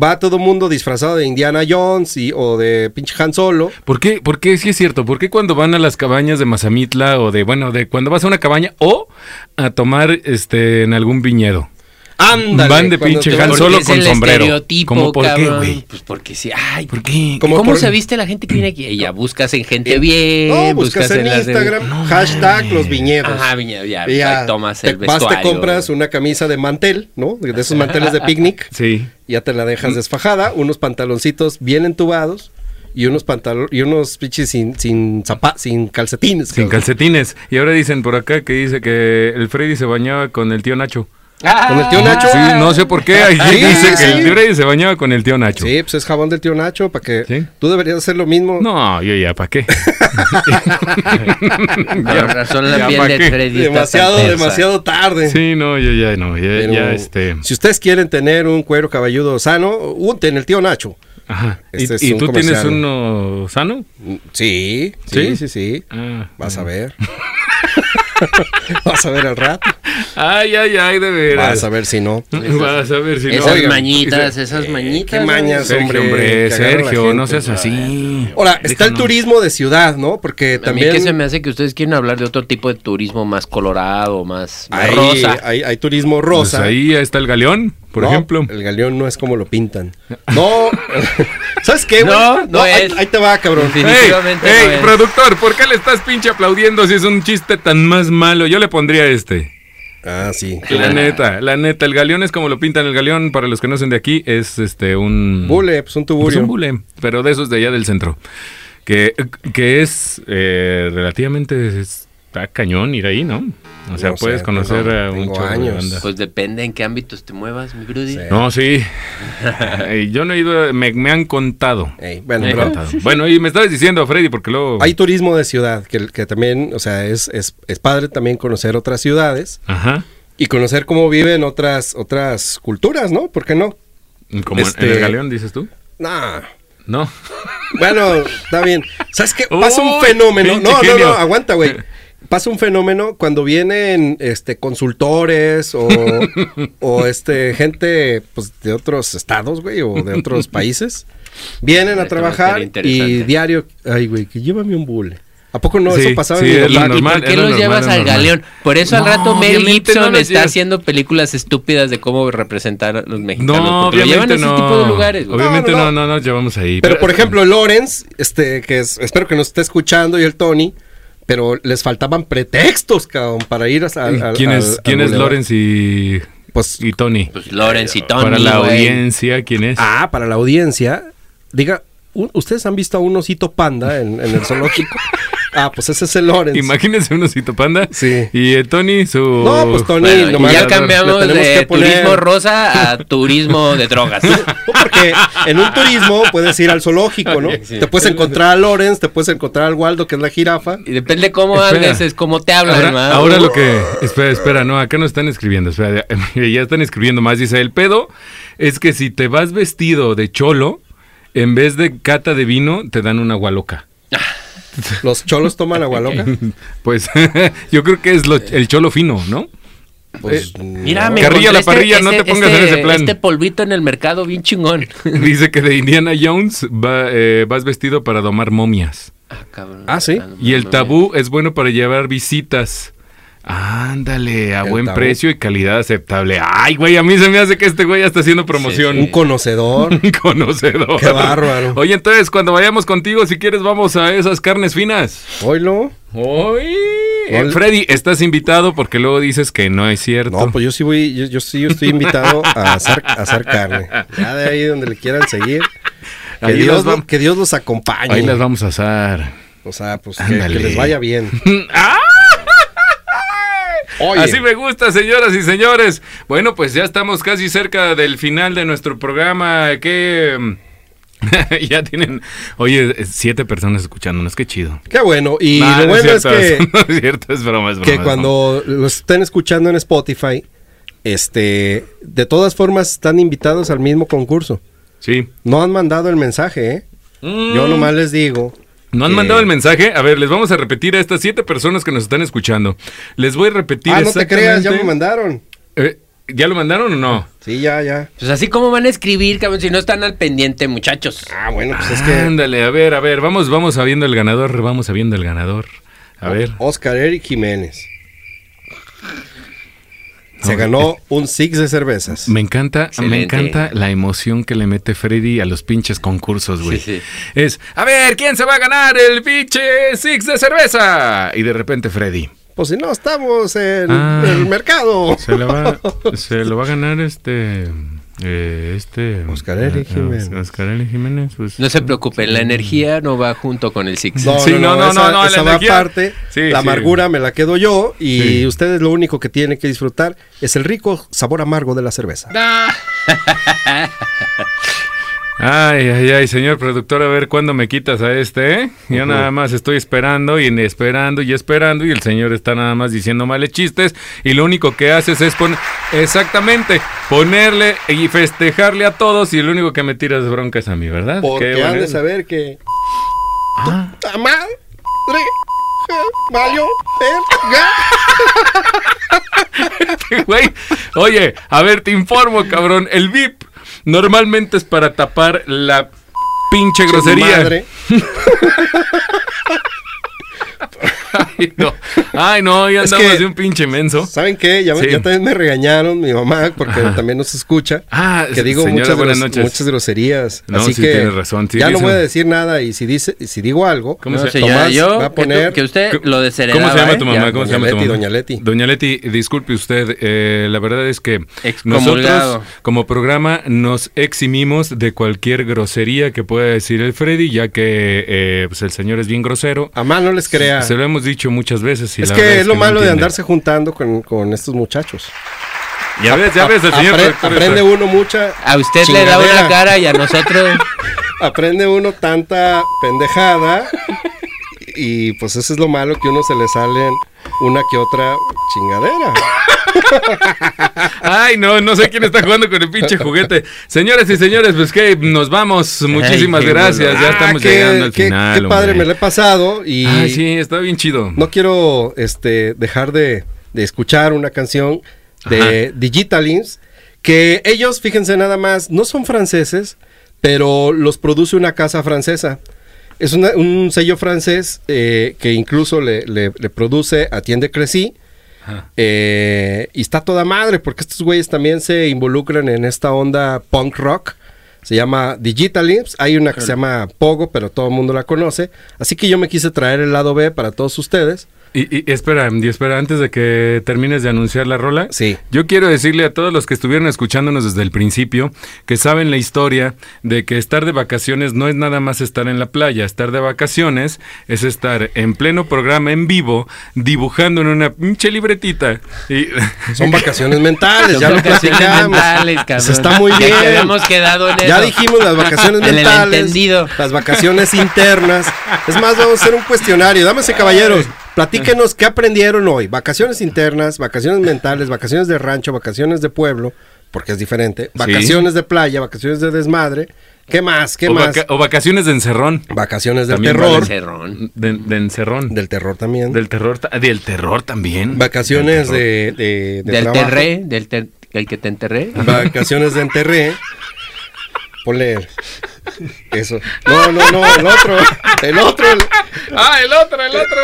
S2: va todo mundo disfrazado de Indiana Jones y, o de pinche Han Solo.
S1: ¿Por qué? ¿Por qué? Sí es cierto. ¿Por qué cuando van a las cabañas de Mazamitla o de, bueno, de cuando vas a una cabaña o a tomar este en algún viñedo?
S2: Ándale.
S1: Van de
S2: cuando
S1: pinche
S2: te
S1: Han
S2: vas-
S3: Porque
S1: Solo
S3: es
S1: con
S3: el
S1: sombrero.
S3: estereotipo,
S1: ¿Cómo por qué,
S3: cabrón?
S1: güey?
S3: Pues porque sí. Ay,
S1: ¿Por qué?
S2: Como
S3: ¿Cómo
S2: por-
S3: se viste la gente que viene aquí? Ella, buscas en gente bien.
S2: Eh, No, buscas en
S3: Eh, las de-
S2: Instagram, hashtag los viñedos.
S3: Ajá, viña, ya,
S2: Y ya
S3: ahí tomas
S2: te
S3: el
S2: vas,
S3: vestuario.
S2: te compras una camisa de mantel, ¿no? De esos manteles de picnic.
S1: Sí.
S2: ya te la dejas desfajada, unos pantaloncitos bien entubados y unos pantalones y unos pinches sin sin zapa- sin calcetines.
S1: Sin
S2: cabrón.
S1: calcetines. Y ahora dicen por acá que dice que el Freddy se bañaba con el tío Nacho.
S3: Ah,
S2: Con el tío Nacho. Ah,
S1: Sí, no sé por qué. Ahí
S2: Sí,
S1: dice
S2: sí,
S1: que
S2: sí.
S1: el tío Freddy se bañaba con el tío Nacho.
S2: Sí, pues es jabón del tío Nacho para que
S1: Sí.
S2: tú deberías hacer lo mismo.
S1: No, yo ya, ¿para qué?
S3: Con razón la
S1: ya,
S3: piel
S1: ¿pa'
S3: de
S1: qué?
S3: Freddy está
S2: demasiado
S3: tan tersa.
S2: demasiado tarde.
S1: Sí, no, yo ya no, ya,
S2: Pero
S1: ya este.
S2: Si ustedes quieren tener un cuero caballudo sano, unten el tío Nacho.
S1: Ajá.
S2: Este
S1: ¿Y,
S2: es
S1: y
S2: un
S1: tú tienes
S2: comercial.
S1: uno sano?
S2: Sí,
S1: ¿Sí?
S2: sí, sí, sí.
S1: Ah.
S2: Vas a ver. Vas a ver al rato.
S1: Ay, ay, ay, de veras.
S2: Vas a ver si no.
S1: Vas a ver si
S3: Esas
S2: Oigan,
S3: mañitas, esas mañitas.
S2: qué mañas.
S1: Sergio,
S2: hombre,
S1: hombre,
S2: que agarra la
S1: Sergio, no
S2: gente.
S1: seas así.
S2: Ahora, está el
S1: Déjanos.
S2: turismo de ciudad, ¿no? Porque
S3: A mí que
S2: también
S3: se me hace que ustedes quieren hablar de otro tipo de turismo más colorado, más, más
S2: hay,
S3: rosa.
S2: hay- hay turismo
S1: Pues
S2: rosa.
S1: ahí está el galeón, por
S2: No,
S1: ejemplo.
S2: El galeón no es como lo pintan. No. ¿Sabes qué, güey?
S3: No, no
S2: ahí,
S3: es.
S2: ahí te va, cabrón.
S3: Sí.
S1: ¡Ey,
S3: definitivamente
S1: ey,
S3: no es.
S1: productor! ¿Por qué le estás pinche aplaudiendo si es un chiste tan más malo? Yo le pondría este.
S2: Ah, sí.
S1: La neta, la neta, el galeón es como lo pintan el galeón, para los que no son de aquí, es este un...
S2: Bule, pues un tuburio.
S1: Pues un bule, pero de esos de allá del centro. Que, que es eh, relativamente... Está cañón ir ahí, ¿no? O sea,
S2: No sé,
S1: puedes conocer
S2: tengo-
S1: a un
S2: tengo
S1: chorro de
S2: años.
S1: banda.
S3: Pues depende en qué ámbitos te muevas, mi Brody.
S2: Sí.
S1: No, sí. Ay, Yo no he ido, me, me han contado.
S2: Ey, bueno,
S1: Me han
S2: pero
S1: contado. Bueno, y me estabas diciendo, Freddy, porque luego...
S2: hay turismo de ciudad, que, que también, o sea, es, es, es padre también conocer otras ciudades
S1: Ajá.
S2: y conocer cómo viven otras, otras culturas, ¿no? ¿Por qué no?
S1: Como en-
S2: Este-
S1: en el galeón, dices tú.
S2: Nah.
S1: No.
S2: Bueno, está bien. ¿Sabes qué? Pasa un
S1: Uy,
S2: fenómeno.
S1: pinche
S2: No, no, no,
S1: genio.
S2: aguanta, güey. Pasa un fenómeno cuando vienen este consultores o, o este gente pues, de otros estados, güey, o de otros países. Vienen a
S5: Esto va a estar
S2: trabajar y
S5: interesante.
S2: diario, ay, güey, que llévame un bule. ¿A poco no
S1: Sí,
S2: eso pasaba
S1: sí,
S2: en
S1: es
S2: mi
S1: la
S2: hogar?
S3: ¿Y
S1: normal,
S3: por qué
S1: era
S3: los
S1: normal,
S3: llevas
S1: era
S3: al
S1: normal.
S3: galeón? Por eso al
S1: No,
S3: rato Mel
S1: obviamente
S3: Gibson
S1: no los
S3: está
S1: llevas.
S3: haciendo películas estúpidas de cómo representar a los mexicanos.
S1: No,
S3: porque lo llevan
S1: obviamente
S3: a ese
S1: no.
S3: tipo de lugares. güey.
S1: Obviamente
S2: No, no,
S1: no, no, no, llevamos ahí.
S2: Pero por ejemplo, Lorenz, este, que es- espero que nos esté escuchando, y el Tony, pero les faltaban pretextos, cabrón, para ir a, a- a-
S1: ¿quién
S2: al-
S1: es,
S2: al
S1: quién es
S2: bulevar.
S1: Lawrence y,
S2: Pues
S1: y Tony?
S3: Pues Lawrence y Tony,
S1: Para la
S3: güey.
S1: audiencia, ¿quién es?
S2: Ah, para la audiencia, diga, u- ¿ustedes han visto a un osito panda en, en el zoológico? ah, pues ese es el Lorenz.
S1: Imagínense un osito panda.
S2: Sí.
S1: Y eh, Tony, su.
S2: No, pues, Tony,
S3: Bueno, y
S2: nomás
S3: ya
S2: le-
S3: cambiamos
S2: le tenemos
S3: de
S2: que poner-
S3: turismo rosa a turismo de drogas.
S2: No, Porque en un turismo puedes ir al zoológico, ¿no? Te puedes encontrar al Lorenz, te puedes encontrar al Waldo, que es la jirafa.
S3: y depende cómo
S1: Espera.
S3: andes, es cómo te Uh, hablan.
S1: Ahora,
S3: ¿verdad?
S1: ahora lo que. Espera, espera, no, acá nos están escribiendo. Espera, ya, ya están escribiendo más. Dice: el pedo es que si te vas vestido de cholo, en vez de cata de vino, te dan una gualoca.
S2: Los cholos toman agua loca.
S1: Pues yo creo que es lo- el cholo fino, ¿no?
S2: Pues,
S3: Mira,
S2: no.
S3: me
S1: Carrilla,
S3: encontré
S1: la parrilla, no te pongas en ese plan.
S3: Este polvito en el mercado, bien chingón.
S1: Dice que de Indiana Jones va, eh, vas vestido para domar momias.
S3: Ah, cabrón.
S2: Ah, ¿sí?
S3: no
S1: Y el
S3: mames.
S1: tabú es bueno para llevar visitas. Ándale, a
S2: El
S1: buen
S2: tabú.
S1: precio y calidad aceptable. Ay, güey, a mí se me hace que este güey ya está haciendo
S2: Un
S1: promoción.
S2: conocedor.
S1: Conocedor.
S2: Qué bárbaro.
S1: Oye, entonces, cuando vayamos contigo, si quieres, vamos a esas carnes finas.
S2: Oilo.
S1: Hoy.
S2: Ol-
S1: Freddy, estás invitado porque luego dices que no es cierto.
S2: No, pues yo sí voy, yo, yo sí estoy invitado a hacer, a hacer carne. Ya de ahí donde le quieran seguir. Que,
S1: Ahí las
S2: Dios,
S1: vam-
S2: lo- que Dios los acompañe.
S1: Ahí las vamos a asar.
S2: O sea, pues que- que,
S1: Ándale.
S2: les vaya bien.
S1: ¡Ah!
S2: Oye.
S1: Así me gusta, señoras y señores. Bueno, pues ya estamos casi cerca del final de nuestro programa. Que ya tienen, oye, siete personas escuchándonos. Qué chido.
S2: Qué bueno. Y
S1: Nah,
S2: lo
S1: no
S2: bueno es,
S1: cierto
S2: que,
S1: eso, no es cierto, es broma, es broma,
S2: que
S1: es broma.
S2: cuando lo estén escuchando en Spotify, este, de todas formas están invitados al mismo concurso.
S1: Sí.
S2: No han mandado el mensaje, ¿eh?
S1: Mm.
S2: Yo nomás les digo.
S1: ¿No han
S2: que-
S1: mandado el mensaje? A ver, les vamos a repetir a estas siete personas que nos están escuchando. Les voy a repetir
S2: Ah, no te creas, ya
S1: exactamente-
S2: me mandaron.
S1: Eh, ¿Ya lo mandaron o no?
S2: Sí, ya, ya.
S3: Pues así como van a escribir, cabrón, si no están al pendiente, muchachos.
S2: Ah, bueno, pues es que
S1: Ándale, a ver, a ver, vamos, vamos sabiendo el ganador, vamos sabiendo el ganador. A ver.
S2: Oscar Eric Jiménez. Se
S1: No, eh.
S2: ganó un six de cervezas.
S1: Me encanta, me
S3: Excelente.
S1: encanta la emoción que le mete Freddy a los pinches concursos, güey.
S3: Sí, sí.
S1: Es, a ver, ¿quién se va a ganar el pinche six de cerveza? Y de repente Freddy.
S2: Pues si no, estamos en
S1: Ah.
S2: el mercado.
S1: Se, la va, se lo va a ganar este... eh, este...
S2: Oscar Eli
S1: eh,
S2: Jiménez.
S1: Oscar Eli Jiménez. pues-
S3: No se preocupen, la energía no va junto con el Six.
S2: No,
S1: Sí,
S2: no,
S1: no,
S2: no,
S1: no,
S2: esa,
S1: no, no, la
S2: esa va
S1: energía.
S2: aparte.
S1: Sí,
S2: la
S1: sí.
S2: amargura me la quedo yo y
S1: Sí.
S2: ustedes lo único que tienen que disfrutar es el rico sabor amargo de la cerveza.
S1: Ay, ay, ay, señor productor, a ver cuándo me quitas a este, ¿eh? Yo nada más estoy esperando y esperando y esperando y el señor está nada más diciendo males chistes y lo único que haces es poner, exactamente, ponerle y festejarle a todos y lo único que me tiras bronca es a mí, ¿verdad? Qué
S2: Porque han
S1: bueno.
S2: de saber que...
S1: Ah.
S2: ¡Ta madre! ¡Valió! verga.
S1: Güey, oye, a ver, te informo, cabrón. El VIP normalmente es para tapar la pinche grosería.
S2: Madre.
S1: Ay, no, Ay, no, ya
S2: Es
S1: andamos
S2: que-
S1: de un pinche menso.
S2: ¿Saben qué? Ya, me-
S1: Sí.
S2: ya también me regañaron mi mamá porque también nos escucha.
S1: Ah,
S2: que digo
S1: señora,
S2: muchas,
S1: buenas
S2: gros-
S1: noches.
S2: muchas groserías.
S1: No,
S2: Así
S1: sí,
S2: que
S1: tienes razón, sí,
S2: ya no
S1: dice-
S2: voy a decir nada y si, dice, y si digo algo,
S1: ¿Cómo
S3: No
S1: se-
S3: sé,
S2: Tomás
S3: ya yo,
S2: va a
S3: que tú-
S2: poner-
S3: que, usted Eh, lo desheredaba.
S1: ¿Cómo se llama
S3: ¿eh?
S1: tu mamá?
S3: Ya,
S1: ¿Cómo se
S2: doña
S1: llama tu
S2: Leti,
S1: mamá?
S2: doña Leti.
S1: Doña Leti, disculpe usted, eh, la verdad es que nosotros
S3: Excomulgado.
S1: como programa nos eximimos de cualquier grosería que pueda decir el Freddy, ya que eh, pues el señor es bien grosero.
S2: A más no les Ah, crea.
S1: Se lo hemos dicho muchas veces. y
S2: es
S1: la
S2: que
S1: verdad
S2: es lo
S1: no
S2: malo de
S1: entiende.
S2: andarse juntando con, con estos muchachos.
S1: Ya ves, ya ves, el señor productor
S2: Apre-
S1: está-
S2: aprende uno mucha.
S3: A usted le da una
S2: chingadera.
S3: cara y a nosotros.
S2: Aprende uno tanta pendejada. Y pues eso es lo malo que uno se le salen una que otra chingadera.
S1: Ay, no, no sé quién está jugando con el pinche juguete. Señores y señores, pues que nos vamos. Muchísimas
S3: qué
S1: gracias.
S3: bueno.
S1: Ya
S2: Ah,
S1: estamos
S2: qué-
S1: llegando al
S2: qué-
S1: final.
S2: Qué padre
S1: hombre.
S2: me lo he pasado y
S1: Ay, sí, está bien chido.
S2: no quiero este, dejar de, de escuchar una canción de Digitalins que ellos, fíjense nada más, no son franceses, pero los produce una casa francesa. Es una- un sello francés eh, que incluso le, le- le produce Atiende Crecí.
S1: Ajá.
S2: Eh, y está toda madre, porque estos güeyes también se involucran en esta onda punk rock. Se llama Digital Imps. Hay una que se llama Pogo, pero todo el mundo la conoce. Así que yo me quise traer el lado B para todos ustedes.
S1: Y, y espera, y espera, antes de que termines de anunciar la rola,
S2: Sí.
S1: yo quiero decirle a todos los que estuvieron escuchándonos desde el principio que saben la historia de que estar de vacaciones no es nada más estar en la playa, estar de vacaciones es estar en pleno programa en vivo dibujando en una pinche libretita. Y,
S2: Son vacaciones mentales,
S3: Son
S2: ya lo
S3: vacaciones
S2: platicamos.
S3: mentales, cabrón.
S2: Se está muy
S3: Ya
S2: bien.
S3: que habíamos quedado en
S2: Ya
S3: eso.
S2: dijimos las vacaciones
S3: En el
S2: mentales,
S3: entendido.
S2: las vacaciones internas. Es más, vamos a hacer un cuestionario. Dámese caballeros, platíquenos qué aprendieron hoy. Vacaciones internas, vacaciones mentales, vacaciones de rancho, vacaciones de pueblo, porque es diferente. Vacaciones de playa, vacaciones de desmadre. ¿Qué más? ¿Qué
S1: o,
S2: más?
S1: vaca- o vacaciones de encerrón.
S2: vacaciones del
S1: También
S2: terror,
S1: vale.
S3: Cerrón.
S1: De, de encerrón.
S2: del terror también.
S1: del terror. ta- Del terror también.
S2: vacaciones
S1: Del terror.
S2: de, de, de
S3: Del
S2: trabajo.
S3: terré, del ter- el que te enterré.
S2: Vacaciones de enterré. Ponle eso. No, no, no, el otro. El otro. el-
S1: Ah, el otro, el otro.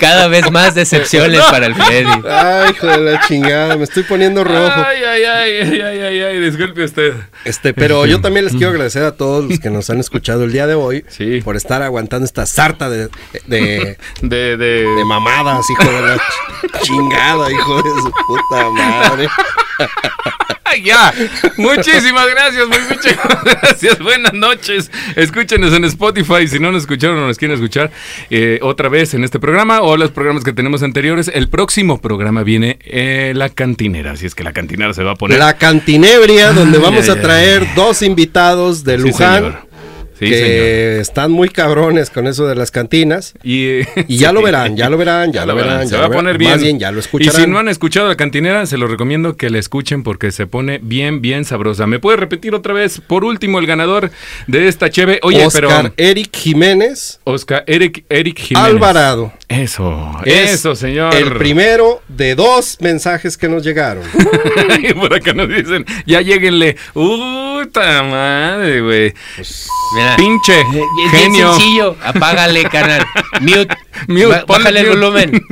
S3: Cada vez más decepciones para el Freddy.
S2: Ay, hijo de la chingada, me estoy poniendo rojo.
S1: Ay, ay, ay, ay, ay, ay, ay, disculpe usted.
S2: Este, pero yo también les quiero agradecer a todos los que nos han escuchado el día de hoy
S1: Sí.
S2: por estar aguantando esta sarta de, de,
S1: De, de,
S2: de mamadas, hijo de la ch- chingada, hijo de su puta madre.
S1: ¡Ay, ya! Muchísimas gracias, muy muchas gracias. Buenas noches. Escúchenos en Spotify. Si no nos escucharon o nos quieren escuchar eh, otra vez en este programa o los programas que tenemos anteriores, el próximo programa viene eh, La Cantinera. Así es que La Cantinera se va a poner.
S2: La cantinebria, donde vamos
S1: ay,
S2: a traer dos invitados de
S1: Sí,
S2: Luján
S1: señor. Sí, señor.
S2: que están muy cabrones con eso de las cantinas.
S1: Y, eh,
S2: Y ya
S1: sí.
S2: lo verán, ya lo verán, ya, lo verán.
S1: se
S2: ya
S1: va a
S2: lo verán.
S1: poner bien.
S2: Más bien, ya lo escucharán.
S1: Y si no han escuchado La Cantinera, se lo recomiendo que la escuchen porque se pone bien, bien sabrosa. ¿Me puede repetir otra vez, por último, el ganador de esta cheve? Oye,
S2: Oscar
S1: pero...
S2: Eric Jiménez,
S1: Oscar Eric, Eric Jiménez.
S2: Alvarado.
S1: Eso,
S2: Es
S1: eso, señor.
S2: El primero de dos mensajes que nos llegaron.
S1: por acá nos dicen, ya lleguenle. ¡Uta madre, güey!
S3: Mira.
S1: Pinche
S2: Ah,
S3: Eh, Es bien
S1: genio.
S3: sencillo. Apágale, canal. Mute.
S1: Mute,
S3: Ba-
S1: ponle
S3: bájale el
S1: mute.
S3: volumen.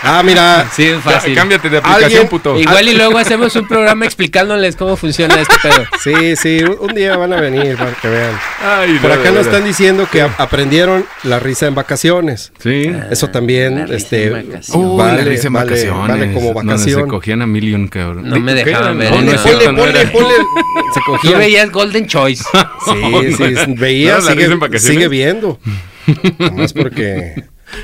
S2: Ah, mira.
S3: Sí, es
S1: Cá-
S3: fácil.
S1: Cámbiate de aplicación,
S2: Alguien-
S1: puto.
S3: Igual y luego hacemos un programa explicándoles cómo funciona este pedo.
S2: Sí, sí, un un día van a venir para que vean.
S1: Ay,
S2: Por
S1: no,
S2: acá
S1: de
S2: nos
S1: verdad.
S2: están diciendo que a- aprendieron la risa en vacaciones.
S1: Sí.
S2: Eso también,
S3: Ah, la risa
S2: este,
S3: en vacaciones.
S1: Uy,
S2: vale,
S1: la risa en
S2: vale-
S1: vacaciones.
S2: vale como
S1: Donde se
S2: vacación.
S1: cogían a Million, cabrón.
S3: No me
S1: ¿Qué
S3: dejaban
S1: eran?
S3: ver
S1: No,
S3: en
S1: no es
S3: la-
S1: cierto,
S2: Ponle,
S1: no
S2: ponle,
S1: era.
S2: ponle. Se
S3: Tú
S2: cogían.
S3: veías Golden Choice.
S2: Sí, sí,
S1: No, no.
S2: veía,
S1: ¿No la
S2: sigue,
S1: risa en vacaciones?
S2: sigue viendo. Más porque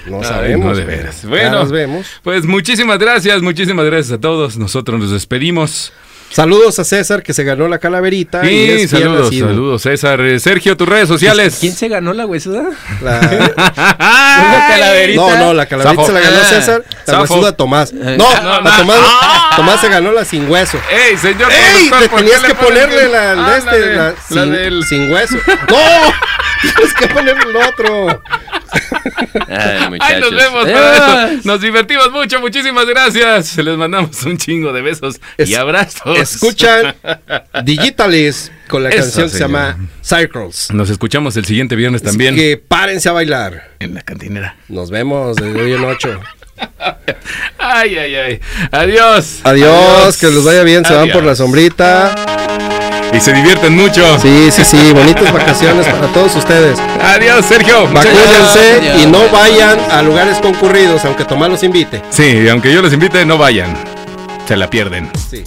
S2: no
S1: Ay,
S2: sabemos.
S1: no, de
S2: pero
S1: veras.
S2: ya
S1: Bueno.
S2: nos vemos.
S1: Pues muchísimas gracias, muchísimas gracias a todos. Nosotros nos despedimos.
S2: Saludos a César que se ganó la calaverita. y es
S1: Sí,
S2: fiel
S1: saludos,
S2: asiduo.
S1: saludos, César. Eh, Sergio, tus redes sociales.
S3: ¿Quién se ganó la huesuda?
S2: La-
S3: Una calaverita.
S2: No, no, la calaverita
S1: Zafo.
S2: se la ganó
S3: Ah,
S2: César. La
S1: zafo.
S2: huesuda Tomás.
S3: Eh,
S2: No,
S1: no,
S2: a
S1: no.
S2: Tomás,
S1: ¡Ah!
S2: Tomás se ganó la sin hueso.
S1: ¡Ey, señor!
S2: ¡Ey!
S1: productor,
S2: Te
S1: ¿por qué
S2: tenías
S1: le
S2: que
S1: pones
S2: ponerle
S1: bien?
S2: la,
S1: Ah,
S2: el de este,
S1: de-
S2: la,
S1: la
S2: sin,
S1: del-
S2: sin hueso. ¡No! Tienes que ponerle el otro.
S3: Ay,
S1: ¡Ay, nos vemos!
S3: Adiós.
S1: Nos divertimos mucho, muchísimas gracias. Les mandamos un chingo de besos y
S2: Es-
S1: abrazos.
S2: Escuchan Digitalis con la
S1: Eso,
S2: canción que se
S1: señor.
S2: llama Circles.
S1: Nos escuchamos el siguiente viernes también
S2: Así que párense a bailar.
S1: en la cantinera.
S2: Nos vemos desde hoy en ocho.
S1: ¡Ay, ay, ay! ¡Adiós!
S2: Adiós, que les vaya bien. Se van por la
S1: Adiós.
S2: sombrita.
S1: Y se divierten mucho.
S2: Sí, sí, sí. Bonitas vacaciones para todos ustedes.
S1: Adiós, Sergio. Muchas gracias.
S2: Vacúdense
S3: gracias.
S2: y no vayan a lugares concurridos, aunque Tomás los invite.
S1: Sí, aunque yo los invite, no vayan. Se la pierden.
S2: Sí.